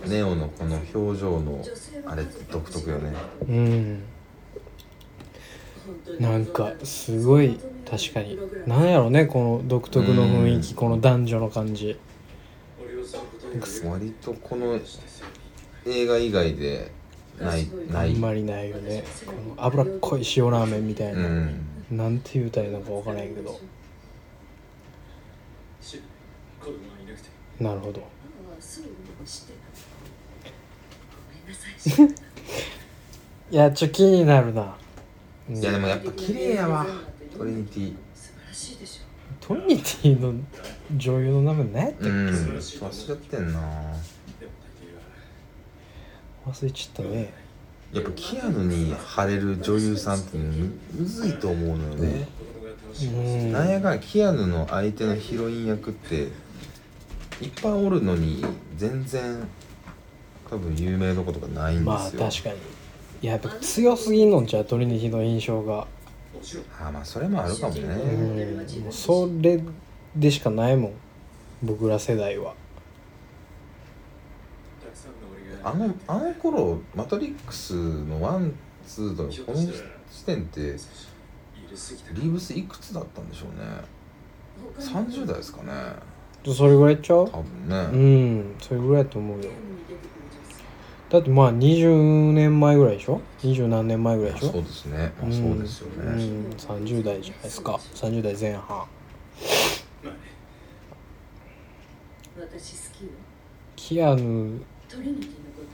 ネオのこの表情のあれって独特よね
うんなんかすごい確かになんやろねこの独特の雰囲気
うん
この男女の感じ
割とこの映画以外でない
あ
ない
んまりないよねこの脂っこい塩ラーメンみたいうな、
ん
なんて言うたらいいのか分からへんけどなるほどいやちょ気になるな、うん
いやでもやっぱ綺麗やわトリニティ
トリニティの女優の名前何やった
うん忘れてんな
忘れちゃったね
やっぱキアヌに貼れる女優さんってむむずいと思うのよね、
うん
なんやかんやキアヌの相手のヒロイン役っていっぱいおるのに全然多分有名どことかないんで
まあ
すよ、
確かにいややっぱ強すぎんのんちゃうトリニティの印象が
あーまあそれもあるかもね、
うんもうそれでしかないもん僕ら世代は
あのあの頃マトリックスのワンツーとのこの時点ってリーブスいくつだったんでしょうね30代ですかね
それぐらいちゃう
多分
う
ね、
んそれぐらいやと思うよだってまあ20年前ぐらいでしょ20何年前ぐらいでしょ
そうですね、まあ、
ん
そうですよね、
うん30代じゃないですか30代前半キアヌ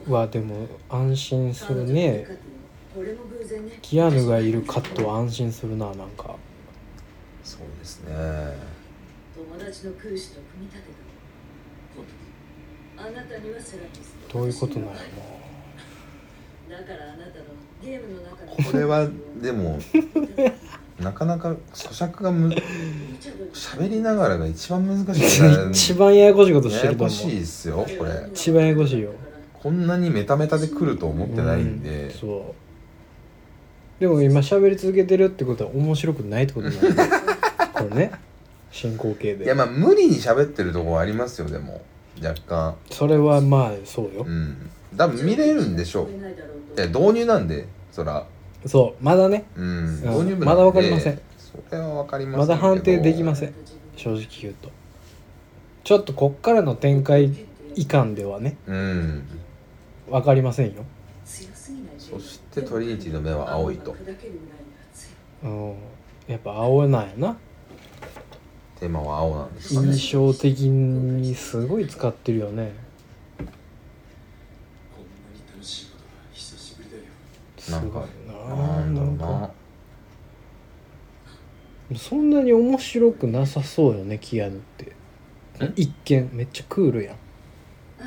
はでも安心するねキアヌがいるカットは安心するななんか
そうですね
友達の空手と組み立てたあなたにはセラピスト
どういうことなんやろ
だからあなたのゲームの中の
これはでもなかなか咀嚼がむ喋りながらが一番難しいから
な 一番ややこしいことし
や
て
や
ると
こ
思
しいうですよこれ
一番ややこしいよ
こんなにメタメタで来ると思ってないん
う
で、
そうでも今喋り続けてるってことは面白くないってことなん だよこれね進行形
いや
で
まあ無理に喋ってるとこはありますよでも若干
それはまあそうよ
うん多分見れるんでしょういや導入なんでそら
そうまだね
うん導入部なんで
まだわかりません
それはわかりません
まだ判定できま
ん
せん正直言うとちょっとこっからの展開以下ではね
うん
分かりませんよ
そしてトリニティの目は青いと
うんやっぱ青なんやな
テーマは青なんですかね
印象的にすごい使ってるよねすご
ないんか
な
なんだろう
なんか
な
そんなに面白くなさそうよねキアヌって一見めっちゃクールやん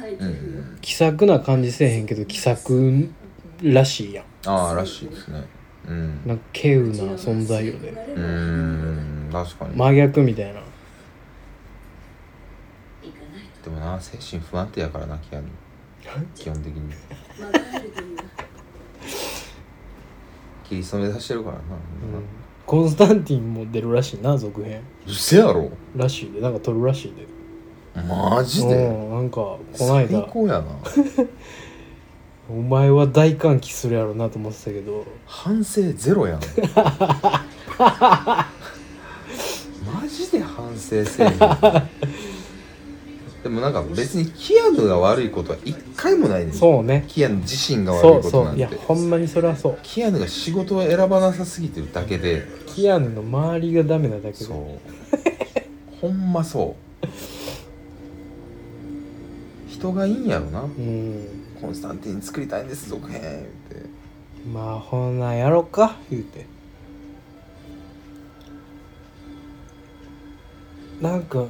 うん
気さくな感じせえへんけど気さくらしいや
ああらしいですねうん
んなんか稀有な存在よね
うーん確かに
真逆みたいな
でもな精神不安定やからなキアヌ基本的にキリスト目指してるからな、
コンスタンティンも出るらしいな続編
うせやろ
らしいでなんか撮るらしいで
マジで
うんなんかこない
最
だ
高やな
お前は大歓喜するやろうなと思ってたけど
反省ゼロやん マジで反省せえへんでもなんか別にキアヌが悪いことは一回もないねん
そうね
キアヌ自身が
そ
悪いうこと
そ
な
うんい
て
やほんまにそれはそう
キアヌが仕事を選ばなさすぎてるだけで
キアヌの周りがダメなだけ
そ
で
うほんまそう人がいいんやろな
うん
コンスタンティン作りたいんです続編って
まあほなやろか言うてなんか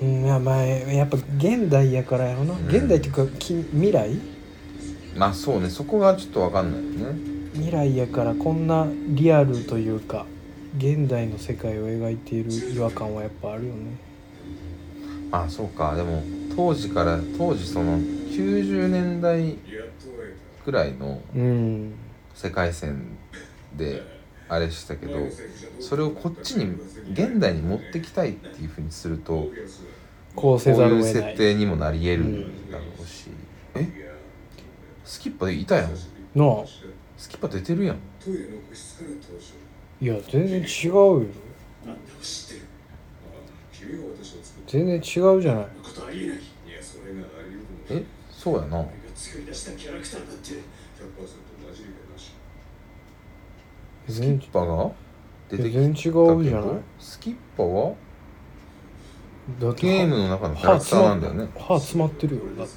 うんいやまあやっぱ現代やからやろな、
ん
現代っていうかき未来
まあそうねそこがちょっとわかんないよね
未来やからこんなリアルというか現代の世界を描いている違和感はやっぱあるよね
あそうかでも当時から当時その90年代くらいの
うん
世界線であれしたけどそれをこっちに現代に持ってきたいっていうふうにするとこ
こう
う
せざる
い
を
う
得ない
設定にもなり得るだろうし、えスキッパいたやん
なあ
スキッパ出てるやん
いや全然違うよ全然違うじゃない
えそうやな
全
スキッパが出てきた
全然違うじゃない
スキッパは
だって
ゲームの中のキャラクターなんだよね
歯詰まってるよだって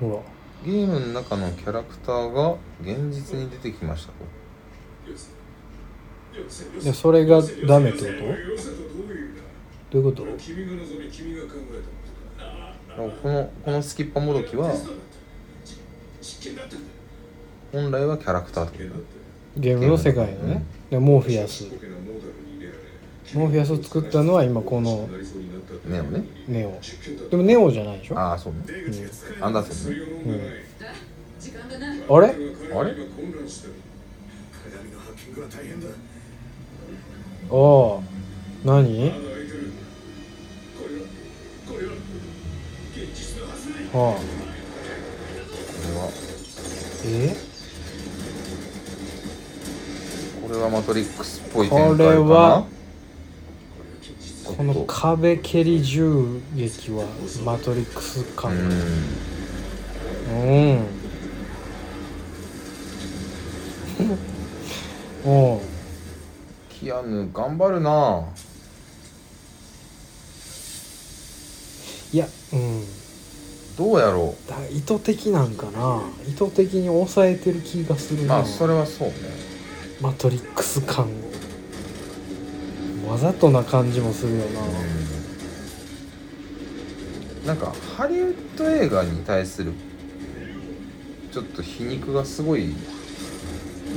ほら
ゲームの中のキャラクターが現実に出てきましたと
いやそれがダメってことどういうこと
だからこのこのスキッパもどきは本来はキャラクターってこと
ゲームの世界のね、でモーフィアスモーフィアスを作ったのは今この
ネオね
ネオでもネオじゃないでしょあ
ああそうねアンダーソンね
時間がない
れ
あれ
ああ何はあえ
これはマトリックスっぽい展
こ
開
れ
かな
はこの壁蹴り銃撃はマトリックス
う
感
ん
うん おう
キアヌ頑張るない
やうん
どうやろ
だから意図的なんかな意図的に抑えてる気がする
う
な
まあそれはそうね
マトリックス感わざとな感じもするよな
うんなんかハリウッド映画に対するちょっと皮肉がすごい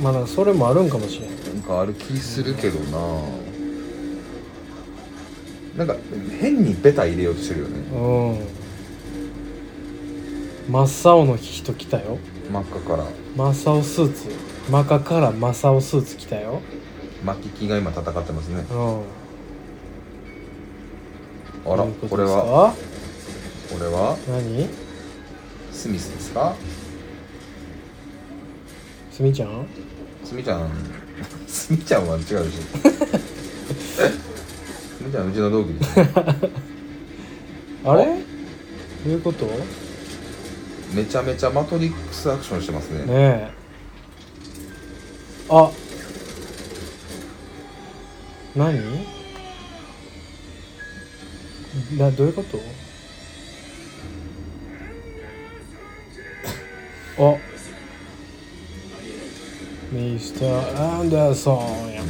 まあなんかそれもあるんかもしれん
なんかある気するけどな、なんか変にベタ入れようとしてるよね
うん真っ青の人来たよ
真っ赤から
真っ青スーツ真っ赤から真っ青スーツ来たよ
巻き木が今戦ってますね
うん
あら
どういうと
これ
ですか
はこれは
何
スミスですか
すみちゃん
スミちゃん スミちゃんは違うでし ょスミちゃんうちの同期ですね
あれどういうことね
めちゃめちゃマトリックスアクションしてますね
えあ何などういうことあミスター・アンダーソンやん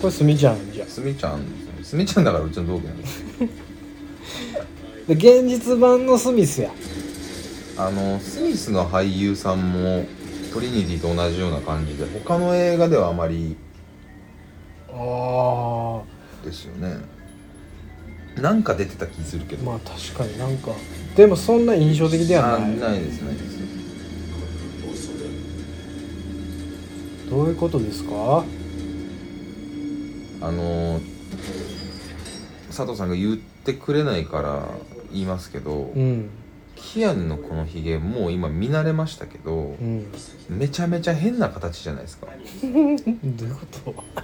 これすみちゃんじゃん
スミちゃんスミちゃんだからうちの同期なんです
で現実版のスミスや
あのスミスの俳優さんもトリニティと同じような感じで他の映画ではあまり
ああ
ですよねなんか出てた気するけど、
まあ確かになんかでもそんな印象的では
あ
ない
ないですないです
どういうことですか
あのー佐藤さんが言ってくれないから言いますけど、
うん
キアヌのこのヒゲもう今見慣れましたけど
う、ん
めちゃめちゃ変な形じゃないですか
どういうこと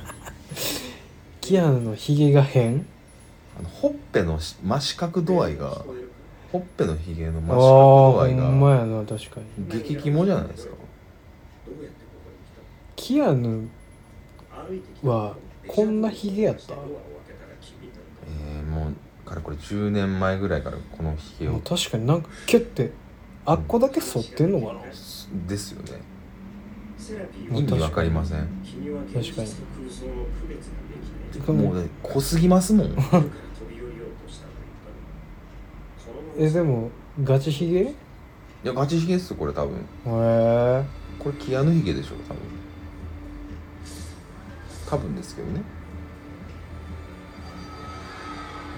キアヌのヒゲが変
あのほっぺのし真四角度合いがほっぺのヒゲの
ああ
真四角度合
ほ
い
んま
が
やな確かに
激キモじゃないですか
キアヌはこんなヒゲやった
えー、もうかれこれ10年前ぐらいからこのヒゲ
もう
を
確かになんかキュッてあっこだけ反ってんのかな
ですよね
まあ
意味わかりません
確かに
もうね濃すぎますもん
えでもガチヒゲへ
いやガチヒゲっすよこれ多分
え
これキアヌヒゲでしょ多分多分ですけどね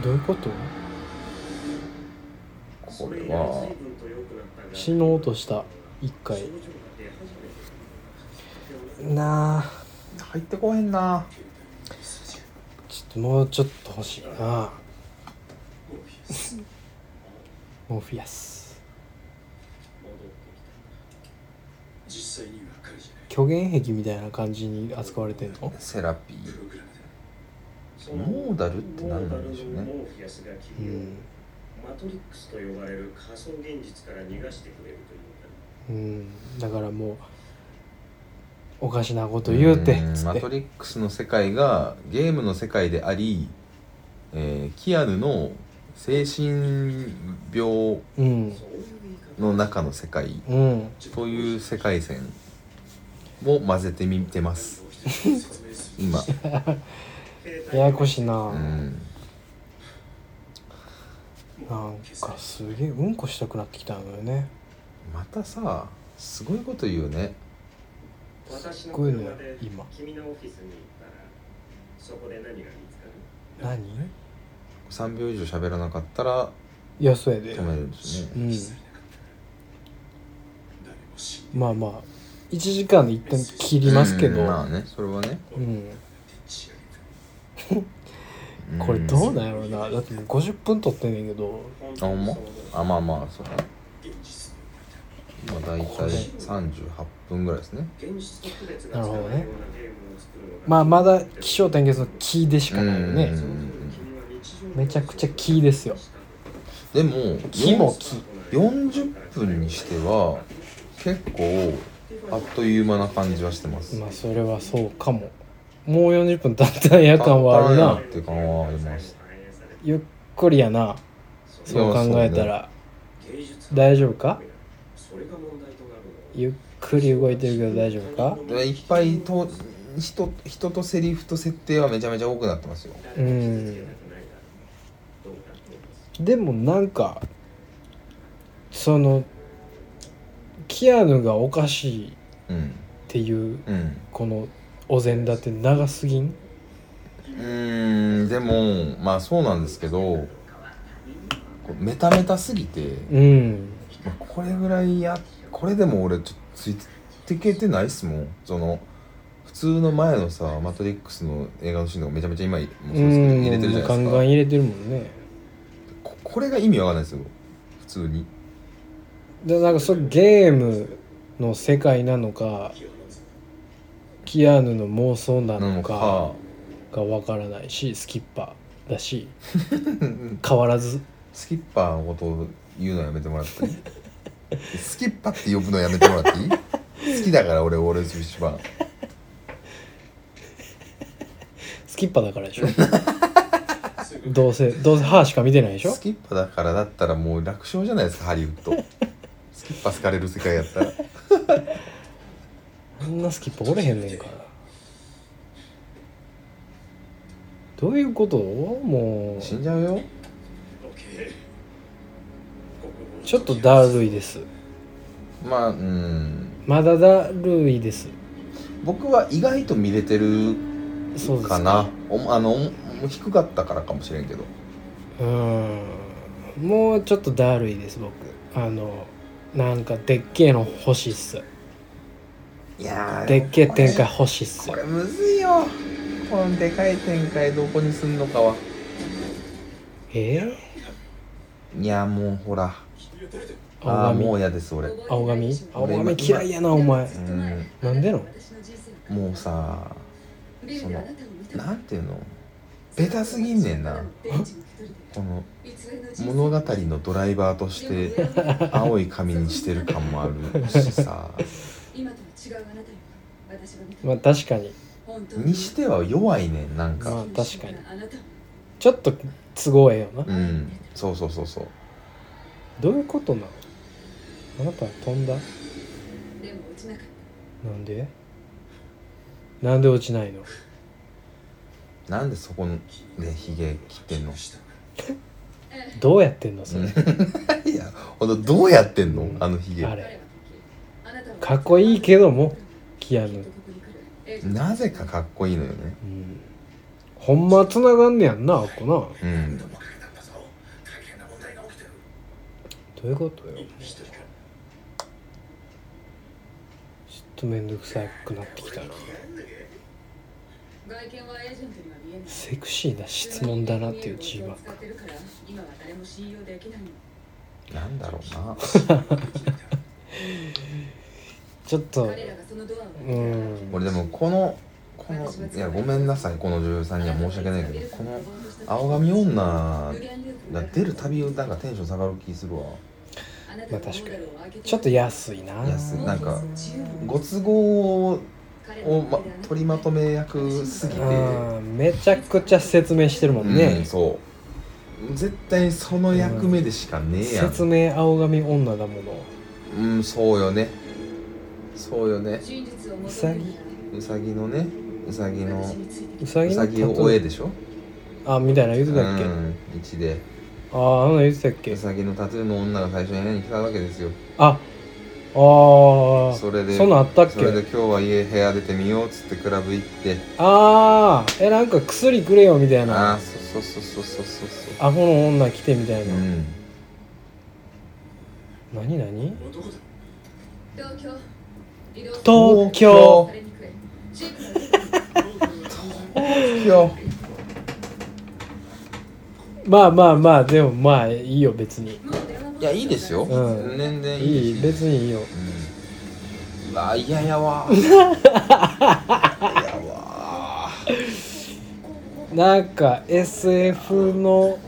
どういうこと
これは
死のうとした一回なあ
入ってこうへんな
ちょっともうちょっと欲しいなモーフィアス
実際には彼じゃない
虚言癖みたいな感じに扱われてんの
セラピ
プログラムだ
モーダルって何なんでしょうね
モーフィアスが
う
君を
ん
マトリックスと呼ばれる仮想現実から逃がしてくれるというか
うんだからもうおかしなこと言うて
ん
つっ
マ
て
トリックスの世界がゲームの世界であり、えーキアヌの精神病
うん
の中の世界
うん
という世界線も混ぜてみてます今
ややこしいな、
うん
なんかすげえうんこしたくなってきたのよね
またさすごいこと言うね
私の
こういうの
車で
今
君のオフィスに行ったらそこで何が見つかる
何
3秒以上喋らなかったら
いやそうやで
止めるんです
う
ね
ん
誰も死んで
まあまあ1時間で一旦切りますけど
うんまあねそれはね
うん
仕上げた
うん
これどうなんやろうなだってもう50分撮ってんねんけど
あほんまあまあまあそうだね
現実に
まあ大体38分ぐらいですね
現実と区別がつかないようなゲームを作るのが
まあまだ気象点結の木でしかないよね
うん
めちゃくちゃ木ですよ
でも
木も木
40分にしては結構あっという間な感じはしてます
まあそれはそうかももう40分経った夜間はある
経
な
ったっていう感はあります
ゆっくりやなそう考え
い
た
や
ら大丈夫か
それが問題となるの
ゆっくり動いてるけど大丈夫か
そうねいっぱいと人人とセリフと設定はめちゃめちゃ多くなってますよ
うんでもなんかそのキアヌがおかしいっ
うん
ていう
うん
このお膳立て長すぎん
うーんでもまあそうなんですけどこうメタメタすぎて、
うん
まあこれぐらいやこれでも俺ちょっとついてけてないっすもんその普通の前のさ「マトリックス」の映画のシーンとかめちゃめちゃ今もうそう
う
ですけど入れてるじ
ん
ゃないで
ガン
す
ガン
か
入れてるもんね
ここれが意味わかんないですよ普通に
でなんかそれゲームの世界なのかキアヌの妄想な
な
の
の
か
か
がわからないしスキッパーだし
うん
変わらず
スキッパーのことを言うのやめてもらっていい スキッパって呼ぶのやめてもらっていい好きだから俺俺寿司は
スキッパーだから でしょどうせどうせ歯しか見てないでしょ
スキッパだからだったらもう楽勝じゃないですかハリウッドスキッパ好かれる世界やったら
あんなスキップおれへんねんからどういうことも
死ん
う
じゃうよ
ちょっとだるいです
まあうん
まだだるいです
僕は意外と見れてる
そうです
かなおあのお低かったからかもしれんけど
うーんもうちょっとだるいです僕あのなんかでっけえの欲しいっす
いやー
でっけえ展開欲しいっす
これむずいよこのでかい展開どこにすんのかは
え
いやもうほら
ー、
ああー
青
もう
髪
嫌です俺
青髪青
俺今
髪嫌いやなお前
うん
なんでの
もうさ
その
なんていうのベタすぎんねんなこの物語のドライバーとして青い髪にしてる感もあるしさ
今とは違うあなたよ私が見た
まあ確かに
本当
にしては弱いねんなん
まあ
か
確かに
あなたを
ちょっと都合ええよな
うんそうそうそうそう
どういうことなのあなたは飛んだ
でも落ちなかっ
なんでなんで落ちないの
なんでそこでヒゲ切ってんの
たえ
どうやってんのそ れ、
いやほんとどうやってんのあのヒ
あ
ゲ
え
れ
彼はあなたは
かっこいいけどもキアヌ
ここに来るなぜかかっこいいのよね
うんほんま繋がんねやんなあっこなど
うん
もかけたんだぞ大変な問題が起きて
う
る
いうことよ
今一人か
ちょっとめんどくさくなってきたな
外見はエージェントには見えない
セクシーな質問だなっていう G は
使ってるから今は誰も信用できないの
なんだろうな
ちょっと
彼らがそのドアを
う
開け
ん
俺でもこのこのいやごめんなさいこの女優さんには申し訳ないけどこの青髪女が出るたびなんかテンション下がる気するわ
まあ確かにちょっと安いな
安いなんかご
つ
都合を、ま、取りまとめ役すぎて
あーめちゃくちゃ説明してるもん
うん
ね、
そう絶対その役目でしかねえやん、
説明青髪女だもの
うんそうよねそうよね
真実を
う
求
さ
め
ぎ
うさぎのねうさぎの
うさ
う
ぎ
さぎを追
え
えでしょ
あみたいなの言っ
う
てたっけ、
ん一で
あああの言ってたっけ
うさぎのタトゥーの女が最初に部屋に来たわけですよ
あああ
それで
そんなんあったっけ
それで今日は家部屋出てみようっつってクラブ行って
あーえなんか薬くれよみたい
ああ
な
そうそうそうそうそうそう
アホの女来てみたいうな、
ん
何何
男だ
東京移動
東
東
京
京
されにくいチーム
今
まあまあまあでもまあいいよ別に
のもう電話ボックス
いやいいですよ、
うん
全然い
い
い
い
し
別にいいよ
うんうわ嫌 やわ嫌やわ
なんか SF の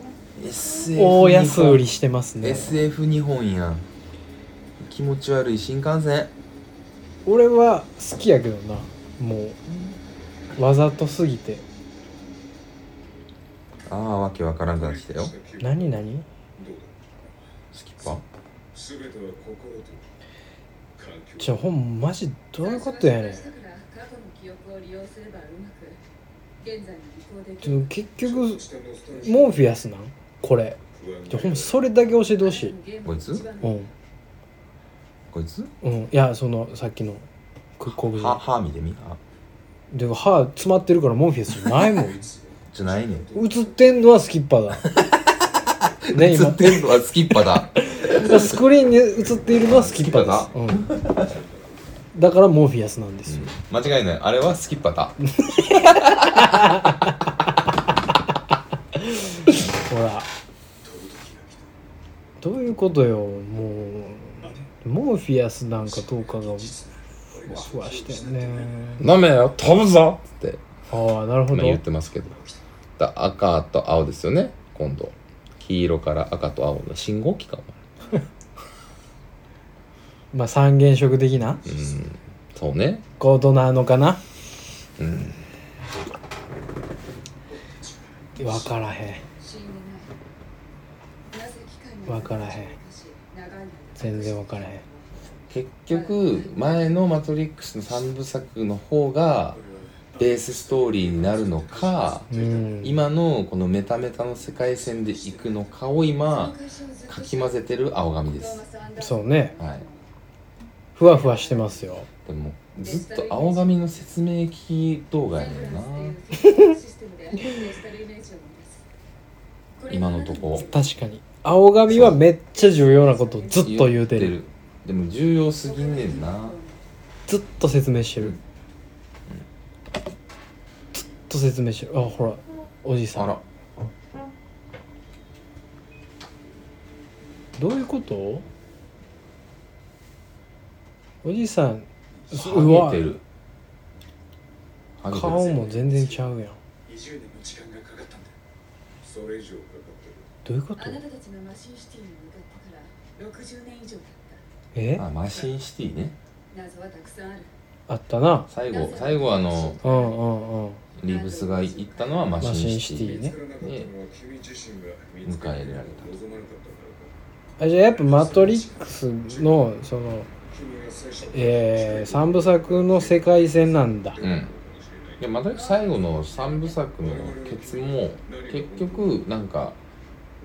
SF
大安売りしてますね
SF 日本やん気持ち悪い新幹線
俺は好きやけどなもうわざとすぎて
ああわけわからんくなってきたよ
何何
どうだ
スキッパ
全ては心と環境
ちょほんまマジどういうことやねん
過去の記憶を利用すればうまく現在に移行でき
ち
る
ょ結局
下のスタイル
モーフィアスなんこれ
不安
ちょほんまそれだけ教えてほしい
こいつ
うん
こいつ
うんいやそのさっきの黒黒
歯
人
歯見てみあ
でも歯詰まってるからモーフィアスじゃないも ん
じゃないねん
映ってんのはスキッパーだね
映
今
ってんのはスキッパだ
スクリーンに映っているのはスキッパーです、うん、だからモーフィアスなんですよ、
間違いないあれはスキッパだ
ほらどういうことよもうモーフィアスなんかどうかがふわふわしてんね
飲めよ飛ぶぞって
ああなるほ
今
ど
言ってますけどだ赤と青ですよね今度黄色から赤と青の信号機かお
まあ三原色的な
前うんそうね
ことなのかなうん分からへん
死んでないなぜ機械も
わからへん
長い
全然分からへん
結局前の「マトリックス」の3部作の方がベースストーリーになるのか
うん
今のこのメタメタの世界線で行くのかを今かき混ぜてる青髪です
そうね
はい
ふわふわしてますよ
でもずっと青髪の説明機動画やね んな今のとこ
確かに青髪はめっちゃ重要なことをずっと言うてる
でも重要すぎんねんな
ずっと説明してる、ずっと説明してるあほらおじさ
あ
ん
ら
どういうことおじさんう
ハ
わ
ゲてるハゲてる
顔も全然ちゃうやん
20年の時間がかかったんだそれ以上かかってる
どういうこと
あなたたちのマシンシティに向かってから60年以上経っ
え
あマシンシティね
た謎はたくさんある
あったな
最後最後あの
うんうんうん
リーブスが行ったのはマ
マシ
シ
ン
ン
シ
シテ
ティ
ィ
ね
作らなかったのは君自身が見つけ
迎え入れられた
望まなかったからか
あじゃあやっぱ「マトリックスの」その、
君が最初
えー、三部作の世界線なんだ
うんでまた最後の3部作のケツも結局なんか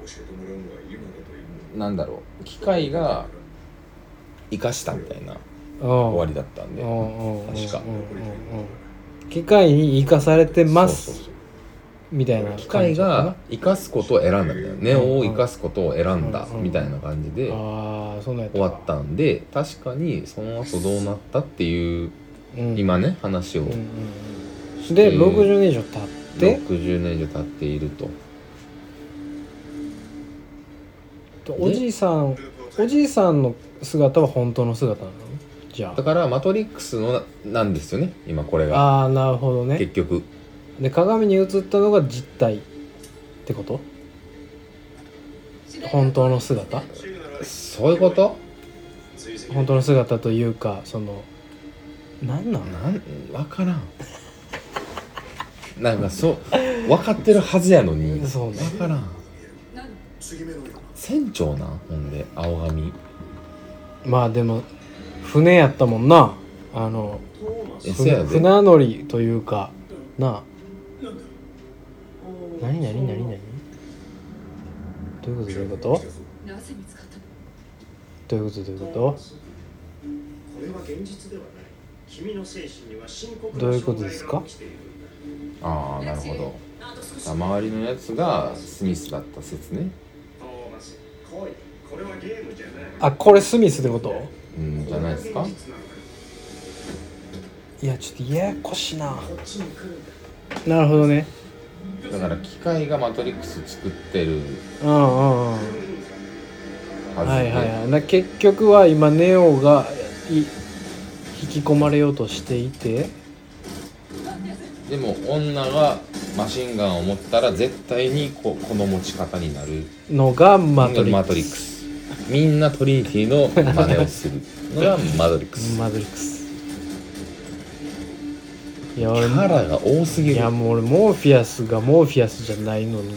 教えてもらうのは今だという
なんだろう機械が生かしたみたいな
うん
終わりだったんで
うんうんうんうんうん
確か
うん機械に生かされてます
そうそうそう
みたいな感じ
機械が生かすことを選んだんだよネオを生かすことを選んだ
うん
みたいな感じで
ああそんなんや
終わったんで確かにその後どうなったっていう
うん、
今ね話を
うんうんうん、で
して
60年以上経って
60年以上経っていると
おじいさんおじいさんの姿は本当の姿なのじゃ
だから「マトリックスのな」なんですよね今これ
あ
が
ああーなるほどね
結局
で鏡に映ったのが実体ってこと本当の姿
そういうこと
本当の姿というかそのなんなん
なん分からんなんかそう分かってるはずやのに
そうね
分からん
何
継ぎ目のような
船長なんほんで青髪
まあでも船やったもんなあの
え
船
せやで
船乗りというかなあ
おー
何何何何どういうことどういうこと
なぜ見つかったの
どういうことどういうこ
これは現実ではない君の精神には深刻な
どういうことですか
障害が起きているんだ
ああなるほどあ周りのやつがスミスだった説ね
トーマス来いこれはゲームじゃない
とあこれスミスってこと
うんじゃないですか
これが現実なんだ
いやちょっとややこしいな
こっちに来るんだ
なるほどね
だから機械がマトリックス作ってる
うんうんうん
はずで、
はいはいはい、な結局は今ネオがい引き込まれようとしていて
でも女がマシンガンを持ったら絶対にここの持ち方になる
のがマトリックス
マトリックスみんなトリニティの真似をするのがマトリックス
マトリックスいや
キ
俺
ャラが多すぎ
い
る
やもう俺モーフィアスがモーフィアスじゃないのがもう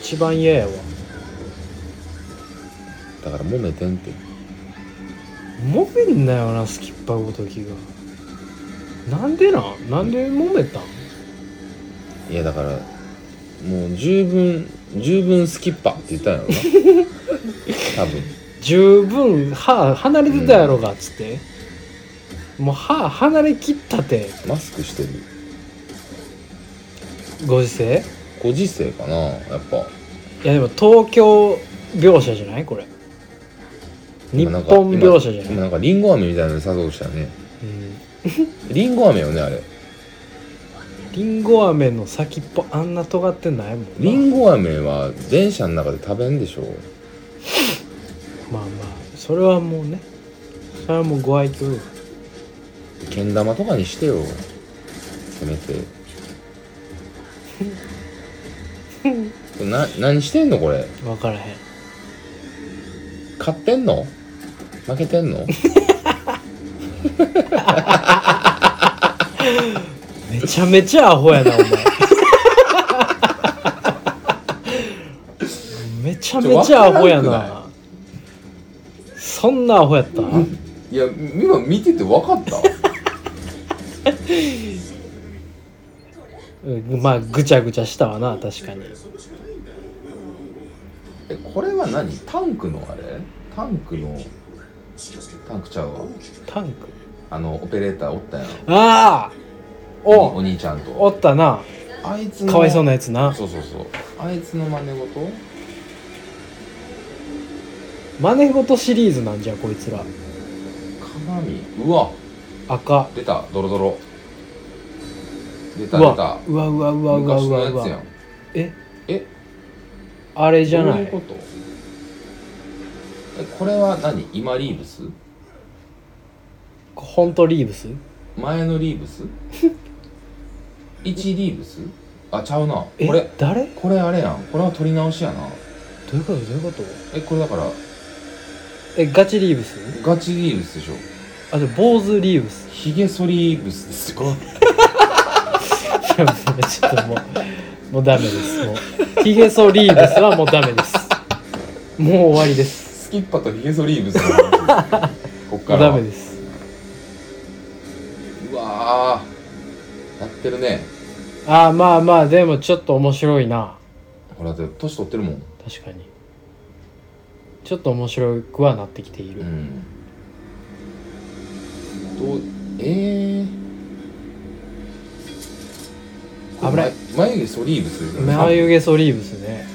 一番嫌やわ
だから揉めてんって
揉めんなよなスキッパーごときがなんでなんなんで揉めたん
いやだからもう十分十分スキッパって言ったんやろ な多分
十分歯離れてたやろがっつって、もう歯離れ切ったて
マスクしてる
ご時世
ご時世かなやっぱ
いやでも東京描写じゃないこれ日
今
本
なんか
描写じ
今
ゃ
今
ない、
なんかリンゴ飴みたいなの誘うしたよね
うん、
リンゴ飴よねあれ
リンゴ飴の先っぽあんな尖ってないもんな
リンゴ飴は電車の中で食べんでしょ
まあまあそれはもうねそれはもうご愛嬌よ
けん玉とかにしてよせめてな何してんのこれ
分からへん
買ってんの負けてんの
めちゃめちゃアホやなお前めちゃめちゃアホや
ちょわ
な
からん
そんなアホやった
いや今見てて分かった
うんまあぐちゃぐちゃしたわな確かに
えこれは何タンクのあれタンクのタンクちゃうわ
タンク
あのオペレーターおったやん
ああ
お
お
兄ちゃんと
おったな
あいつの
かわいそうなやつな
そうそうそうあいつの真似事
真似事シリーズなんじゃこいつら
鏡うわ
赤
出たドロドロ出
う
た出た
わうわうわうわうわ
昔
う
の
わ
や
う
つや
わ
ん
え
え
あれじゃな
どうい
いう
ことえこれは何今リーブス
ホントリーブス
前のリーブ ス1リーブスあちゃうなこ
え
れ
誰ど
これあれやんこれは取り直しやな
ういうことどういうこと
えこれだから
えガチリーブス
ガチリーブスでしょ
あじゃあ坊主リーブス
ヒゲ剃りブスですよ
いやもうちょっともうもうダメですもうヒゲソリーブスはもうダメですもう終わりです
スキッパとヒゲ剃りブスの 話こっ
も
から
うダ
は
メです
うわーやってるね
ああまあまあでもちょっと面白いな
ほらだって年取ってるもん
確かにちょっと面白くはなってきている、
うんどうえー、
危ない
ま眉毛ソリーブする
眉毛ソリーブスね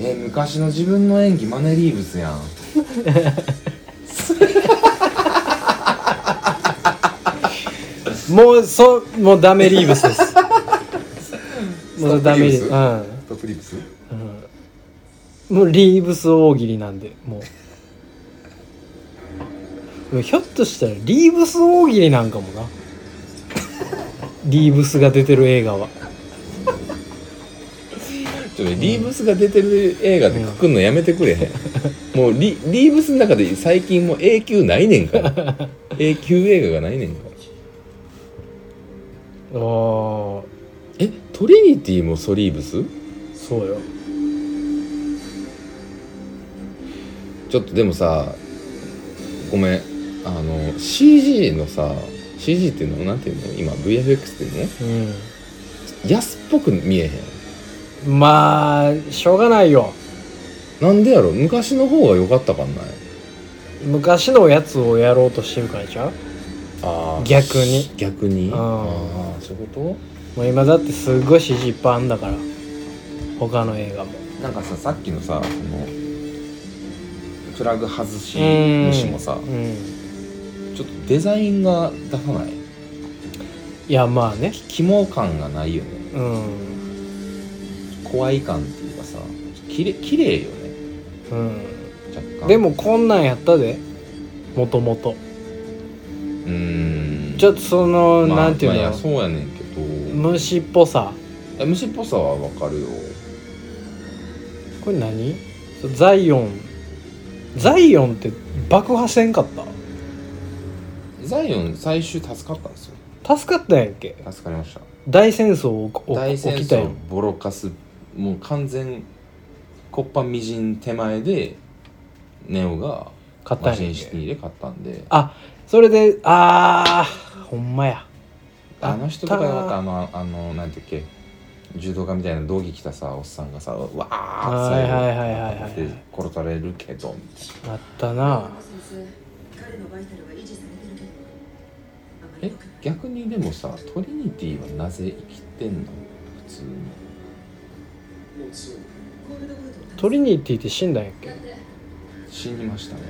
えー昔の自分の演技マネリーブスやん
もうそもうダメ リーブスですもうダメリー
ス
ブ
トッ
うん
ストップリーブス
もうリーブス大喜利なんでもうでもひょっとしたらリーブス大喜利なんかもなリーブスが出てる映画は
ちょっとねリーブスが出てる映画でくくんのやめてくれへん、 もうリリーブスの中で最近もう永久ないねん から永久映画がないねんから
ああそ
えトリニティもソリーブス
うよ
ちょっとでもさごめんあの CG のさ CG っていうのなんていうの今 VFX っていうの
う
安っぽく見えへん
んまあしょうがないよ
なんでやろ昔の方が良かったかんない
昔のやつをやろうとしてるからちゃう
あー
逆に
逆に
あー
ああそういうこ
もう今だってすごい CG いっぱいあんだから他の映画も
なんかささっきのさそのプラグ外し虫もさ
うん
ちょっとデザインが出さない
いやまあね
肝感がないよね
うん
怖い感っていうかさきれ綺麗よね
うん
若干
でもこんなんやったでもともと
うーん
ちょっとその、
まあ
なんていうの、
まあやそうやねんけど
虫っぽさ
え虫っぽさはわかるよ
これ何ザイオンザイオンって爆破せんかった
ザイオン最終助かったんですよ
助かったんやんけ
助かりました
大戦争起こ
大
起
戦
きたや
争
ん
ボロカスもう完全コッパみじん手前でネオが
買った
マ
ん
シ
やん
ンシテ
け
ィで勝ったんで
あそれであーほんまやあ
あの人とかだったあのあのなんていうっけ柔道家みたいな道着着たさおっさんがさわー
は
っ
い
て
はいはいはいはい
で殺されるけどみたいな
あったな
先生彼のバイタルは維持されてるけどあまり良
え
くない
逆にでもさトリニティはなぜ生きてんの普通に
もう強い
コールドフードを食べ
トリニティって死んだんやっけあ
死にましたね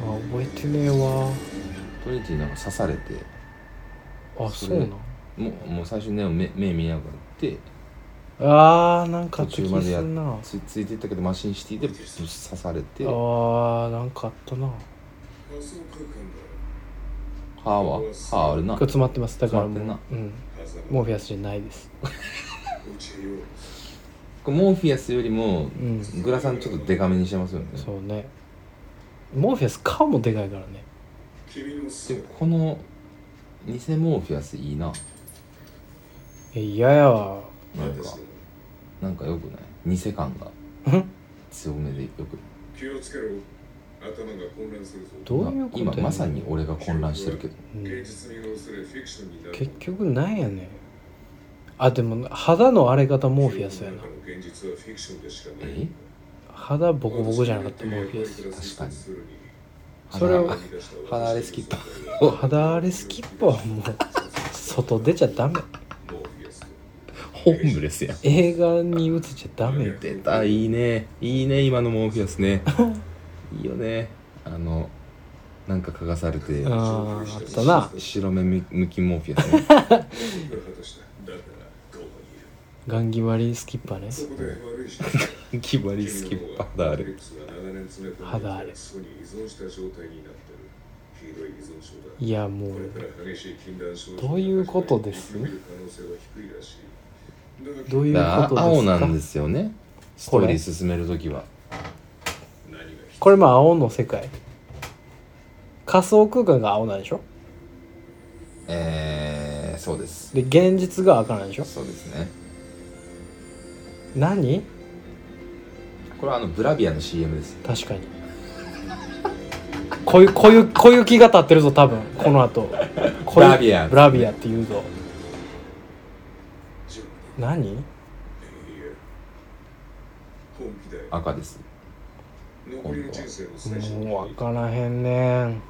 覚えてねえわ
トリニティなんか刺されて
あそ
そ
う
れ
なん
もうもう最初ネオ目目見えなくなって
あーなんかあった
途中
気
までや
すんな
つついていったけどマシンシティでぶっ刺されて
あ
歯
ーなんかあったな
仮想空間だ
は歯あるな
これ詰まってますだからも
詰ま
う
っ、
うん、
はずだ
モーフィアスじゃないです
落ちよう
これモーフィアスよりも
うん
グラさんちょっとデカめにしてますよね
そうねモーフィアス顔もでかいからね
君もす
で
ぐ
この偽モーフィアスいいな
え嫌やわ
なんか
私
なんかよくない偽感が
うん
強めでよく
気をつけろ頭が混乱するぞ
どういうことやねん
今まさに俺が混乱してるけど
うん
現実味を恐れフィクションになる
結局なんやねんあでも肌の荒れ方モーフィアスやな
世の中の現実はフィクションでしかない
え
肌ボコボコじゃなかったモーフィアス
確
かに
それを
肌荒れスキッパ
肌荒れスキッパはもう外出ちゃダメ
ホームレスやん
映画に映っちゃダメよ
出たいいねいいね今のモーフィアスねいいよねあのなんか嗅がされて
あーあったな
白目向きモーフィアスね
ガンギマリスキッパね
そこで悪い人
気張りスキッパーだあれ
肌荒れ
そうに依存した状態になってるひどい依存症だ
いやも
これ
う
から激しい禁断症状
どういうことです
生きる可能性は低いらしいだが
どういう
だから
こと
青な
で
んです
か
すよねストーリー進める時は
何が必
これも青の世界仮想空間が青なんでしょ
えー、そうです
で現実が赤なんでしょ
そうですね
何
これはあのブラビアの CM です
確かにこゆこゆ小雪が立ってるぞ多分この後こ
ブ
ゆ
ラビア
ブラビアって言うぞ何
要いや本気だよ
赤です
残りの人生の最初
もう分からへんねん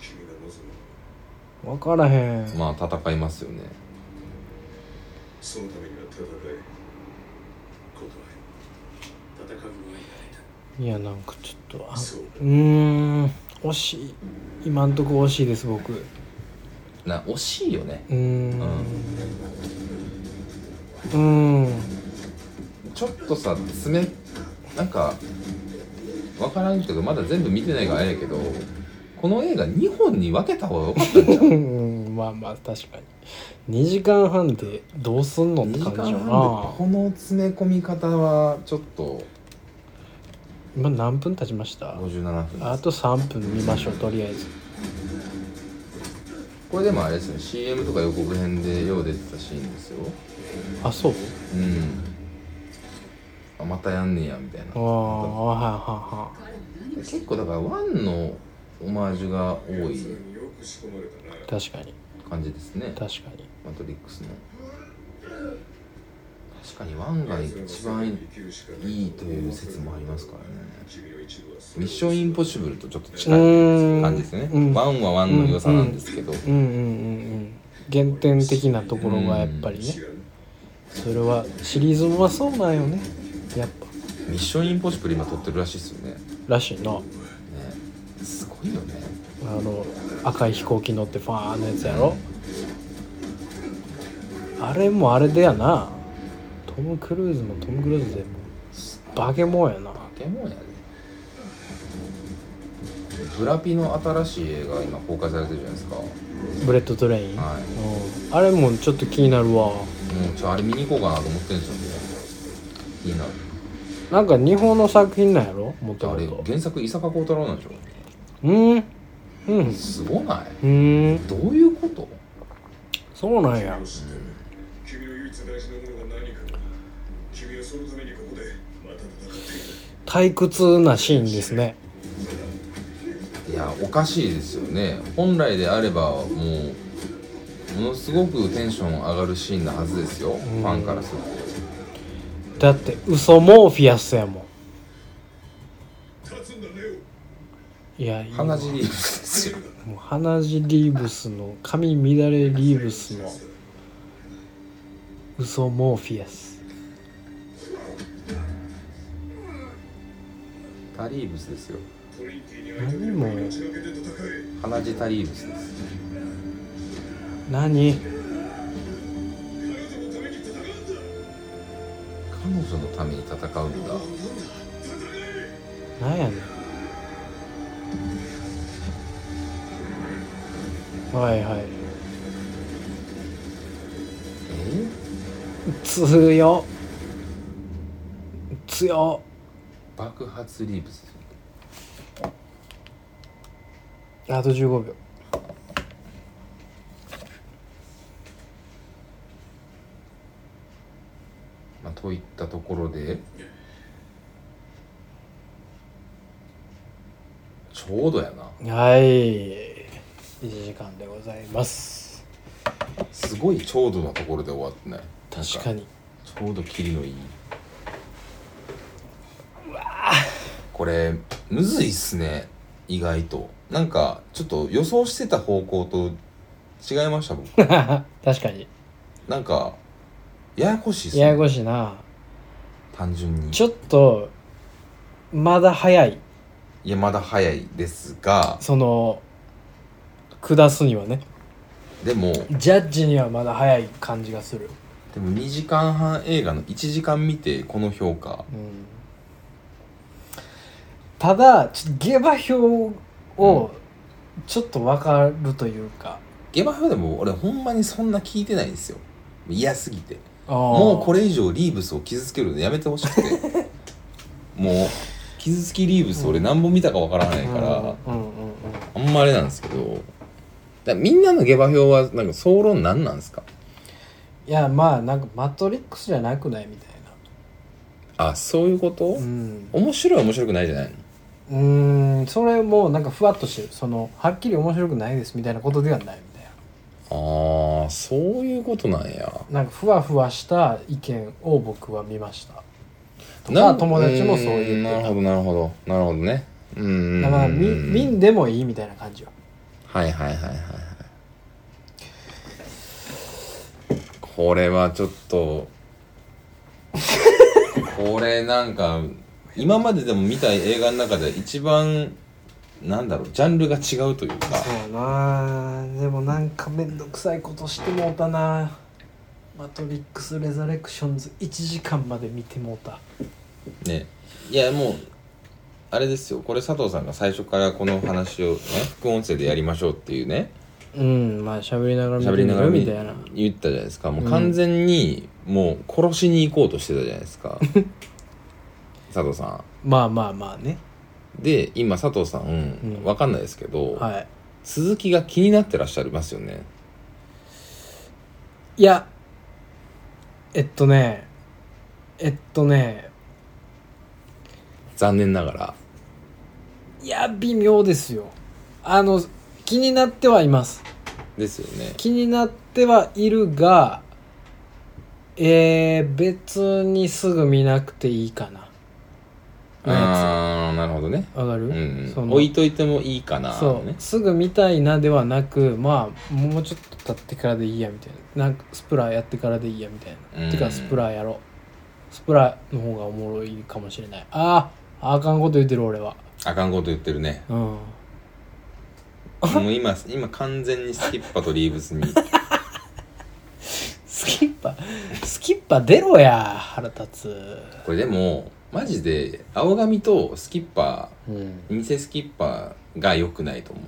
君が望
分
む
からへん
まあ戦いますよね
そのためには戦え断れ戦うのはいない
いやなんかちょっとあ
だそう
うーん惜しい今んとこ惜しいです僕う
な惜しいよね
ー
うんん
うーん
ちょっとさ爪なんか分からんけどまだ全部見てないからあれやけどこの映画2本に分けた方が良かったんじゃん
うんまあまあ確かに2時間半でどうすんのっ
2
て
時
感じ
間
よ
半
な
でこの詰め込み方はちょっと
今何分経ちました
57分
あ
です
と3分見ましょうとりあえず
これでもあれですね CM とか予告編でよう出てたシーンですよ
あそう
うんあまたやんねやみたい
ああ
な
はいはいはい
結構だからワンのオマージュが多い
によく仕込まれたな
確かに
感じですね
確かに
マトリックスの確かにワンが一番いいという説もありますからねミッションインポッシブルとちょっと近い感じですね
うん
ワンはワンの良さなんですけど
うんうんうんうん原点的なところがやっぱりねそれはシリーズもそうなんよねやっぱ
ミッションインポッシブル今撮ってるらしいですよねね
らしいな
すごいよね
あの赤い飛行機乗ってファーンのやつやろあれもあれでやなトム・クルーズもトム・クルーズでもう化け物やな
化け物やでブラピの新しい映画今公開されてるじゃないですか
ブレッド・トレイン、
は
うんあれもちょっと気になるわ
もうちょあれ見に行こうかなと思ってるんですよね気になる
なんか日本の作品なんやろも
じゃ
と
ああれ
もと
原作伊坂幸太郎なんでしょ
うんうん
すごない
うん
どういうこと
そうなんや
君の唯一大事なものが何か君はそのためにここでまた戦っている
退屈なシーンですね
いやおかしいですよね本来であればもうものすごくテンション上がるシーンなはずですよ、ファンからする
だって嘘モーフィアスやも
立つんだレオ
んいやいい
と
わ
鼻血リーブですよ
もう鼻血リーブスの髪乱れリーブスの嘘モーフィアス
タリーブスですよ
トリニティに
何も
命がけて戦え
鼻血タリーブスです
何
彼女のために戦うんだ
彼女のために戦うんだ
何やねんはいはい
え
強強
爆発リーブス
あと15秒
まあ、といったところでちょうどやな
はい1時間でございます
すごいちょうどなところで終わってない
確か
に
に
ちょうど切りのいいうわこれむずいっすね意外となんかちょっと予想してた方向と違いま した僕
確かに
なんかややこしいっすね
ややこしいな
単純に
ちょっとまだ早い
いやまだ早いですが
その下すにはね
でも
ジャッジにはまだ早い感じがする
でも2時間半映画の1時間見てこの評価
うんただちょっと下馬評をちょっと分かるというか、
下馬評でも俺ほんまにそんな聞いてないんですよ嫌すぎて
も
もうこれ以上リーブスを傷つけるのやめてほしく てもう傷つきリーブス俺何本見たかわからないから、
うんうんうんうん
あんまあれなんですけどだからみんなの下馬評はなんか総論何なんですか
いやまあなんか「マトリックス」じゃなくないみたい
あそういうこと、
なうん
面白い面白くないじゃないの
うーんそれもうなんかふわっとしてるそのはっきり面白くないですみたいなことではないみたいな
ああそういうことなんや
なんかふわふわした意見を僕は見ましたと
な
か
ん
友達もそう言
んなる
っ
ほ
て
どなるほどなるほどねうんうんうん
ただから見見んでもいいみたいな感じよ
はいはいはいはいはいこれはちょっと これなんか今まででも見た映画の中で一番なんだろうジャンルが違うというか
そうやなでもなんかめんどくさいことしてもうたな「マトリックス・レザレクションズ」1時間まで見てもうた
ねいやもうあれですよこれ佐藤さんが最初からこの話を、ね、副音声でやりましょうっていうね
うんまあ喋りながら見て
喋
み
りながら
る
見
み
言
たいな
ったじゃないですかもう完全にもう殺しに行こうとしてたじゃないです か佐藤さ
まあまあまあね
んで今佐藤さん、
ん
わかんないですけど、
はい
続きが気になってらっしゃいますよね
いやえっとねえっとね
残念ながら
いや微妙ですよあの気になってはいます
ですよね
気になってはいるがえー、別にすぐ見なくていいかなのや
ああなるほどね
つわかる、
うん
その
置いといてもいいかな
そう、
ね
すぐ見たいなではなくまあもうちょっと経ってからでいいやみたいななんかスプラやってからでいいやみたいな、
うん
てかスプラやろうスプラの方がおもろいかもしれないあーああかんこと言ってる俺は
あかんこと言ってるね
うん
もう今今完全にスキッパとリーブスに
スキッパスキッパ出ろや腹立つ
これでもマジで青髪とスキッパ
うん、
偽スキッパが良くないと思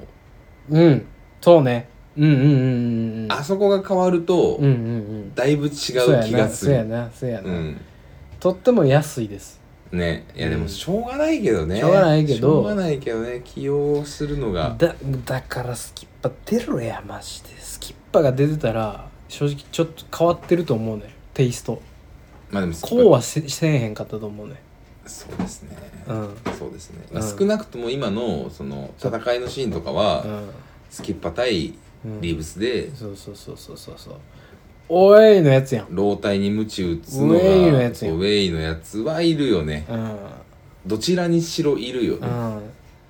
う、
うん、そうねうんうんうんうんうん
あそこが変わると、
うんうんうん
だいぶ違う気がす
そうや
る
なそうやなそうやな、
うん
とっても安いです
ねいやで
うん
もしょうがないけどね、
しょうがないけど
しょうがないけどね起用するのが
だだからスキッパ出ろやマジでスキッパが出てたら正直ちょっと変わってると思うねテイスト
まあでもスキッパ
こうはせせえへんかったと思うね
そうですね、
うん
そうですね、まあ
うん
少なくとも今のその戦いのシーンとかは、
うん、
スキッパ対
うん、
リーブスで
そうそうそうそうそうそうおいのやつやん
老体に鞭打つのが
ウェイのやつ
そ
や
うウェイのやつはいるよね
うん、
どちらにしろいるよ
う
ね、
ん、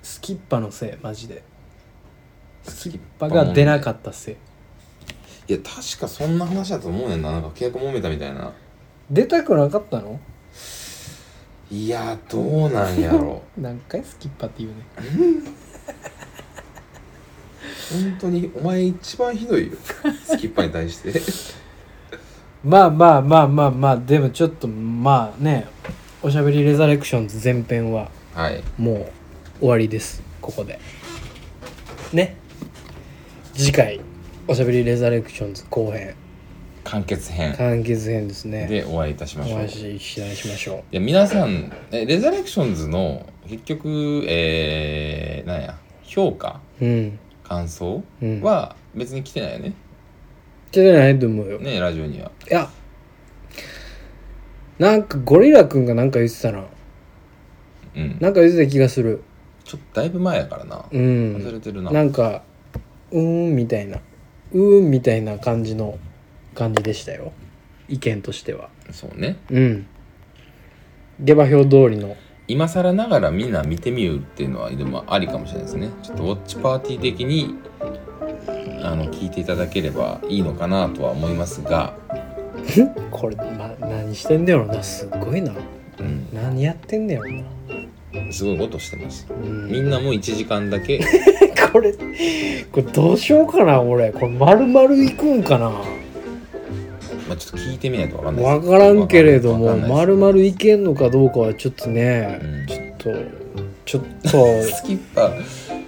スキッパのせいマジで
スキッ
バが出な
っ
かったせい
たいや確かそんな話だと思うねんななんか契約揉めたみたいな
出たくなかったの
いやどうなんや ろ
何回スキッパって言うね
本当にお前一番ひどいよスキッパに対して
まあまあまあまあまあでもちょっとまあねおしゃべりレザレクションズ前編は
はい
もう終わりですここでね次回おしゃべりレザレクションズ後編
完結編
完結編ですね
でお会いいたしまし
お
ょう
話しししましょ
いや皆さんえレザレクションズの結局えー、なんや評価
ううん
感想
うん
は別に来てないよね、
じゃないと思うよ
ねラジオにはい
やなんかゴリラくんがなんか言ってたな
うん
なんか言ってた気がする
ちょっとだいぶ前やからな、
う
忘れ
ん
てるな
なんかうーんみたいなうーんみたいな感じの感じでしたよ意見としては
そうね
うん下馬評通りの
今更ながらみんな見てみるっていうのはでもありかもしれないですねちょっとウォッチパーティー的にあの聞いていただければいいのかなとは思いますが、
これ、ま、何してんねやろなすっごいな
うん、
何やってんねやろな、
すごいことしてます
うん
みんなもう1時間だけ
これこれどうしようかな俺これ丸々いくんかな
まあちょっと聞いてみないとわかんないです
分からんけれど
わ
も
かんないです
丸々いけんのかどうかはちょっとね、
うん
ちょっとちょっと
スキッパー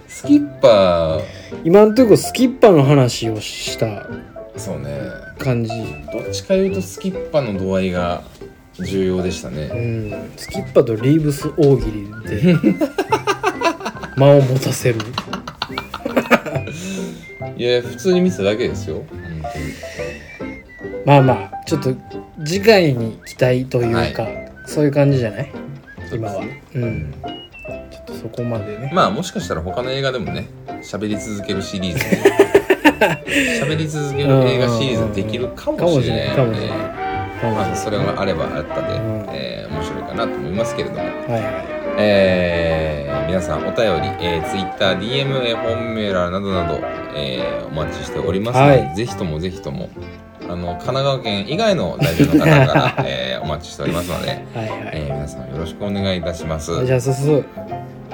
スキッパ
今んとこスキッパの話をした
ーそうね
感じ
どっちかいうとスキッパーの度合いが重要でした
う
ね
んスキッパとリーブス大喜利 で間を持たせる
いや普通に見てただけですよ本当に
まあまあちょっと次回に期待というか、そういう感じじゃない今はうんちょっとそこまでね
まあもしかしたら他の映画でもね喋り続けるシリ ーズ喋り続ける映画シリーズできるかもしれない
か
の
も
で
しれないかもしれない
まあそれがあればあったで、
うん
えー面白いかなと思いますけれども、
はいは
えー皆さんお便り、えー、TwitterDM えーホームメールなどなど、えーお待ちしておりますので、
はい
ぜひともぜひともあの神奈川県以外の大臣の方 から、えーお待ちしておりますので、
はいはい
えー皆さんよろしくお願いいたします。
あじゃあ早速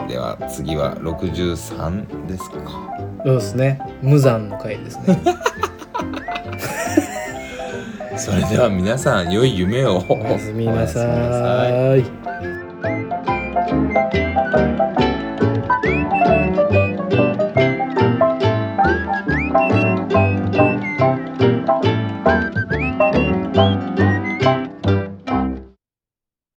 では次は63ですか。
そうですね無残の回ですね
それでは皆さん良い夢を。
おやすみなさ
おやすみなさい
ーい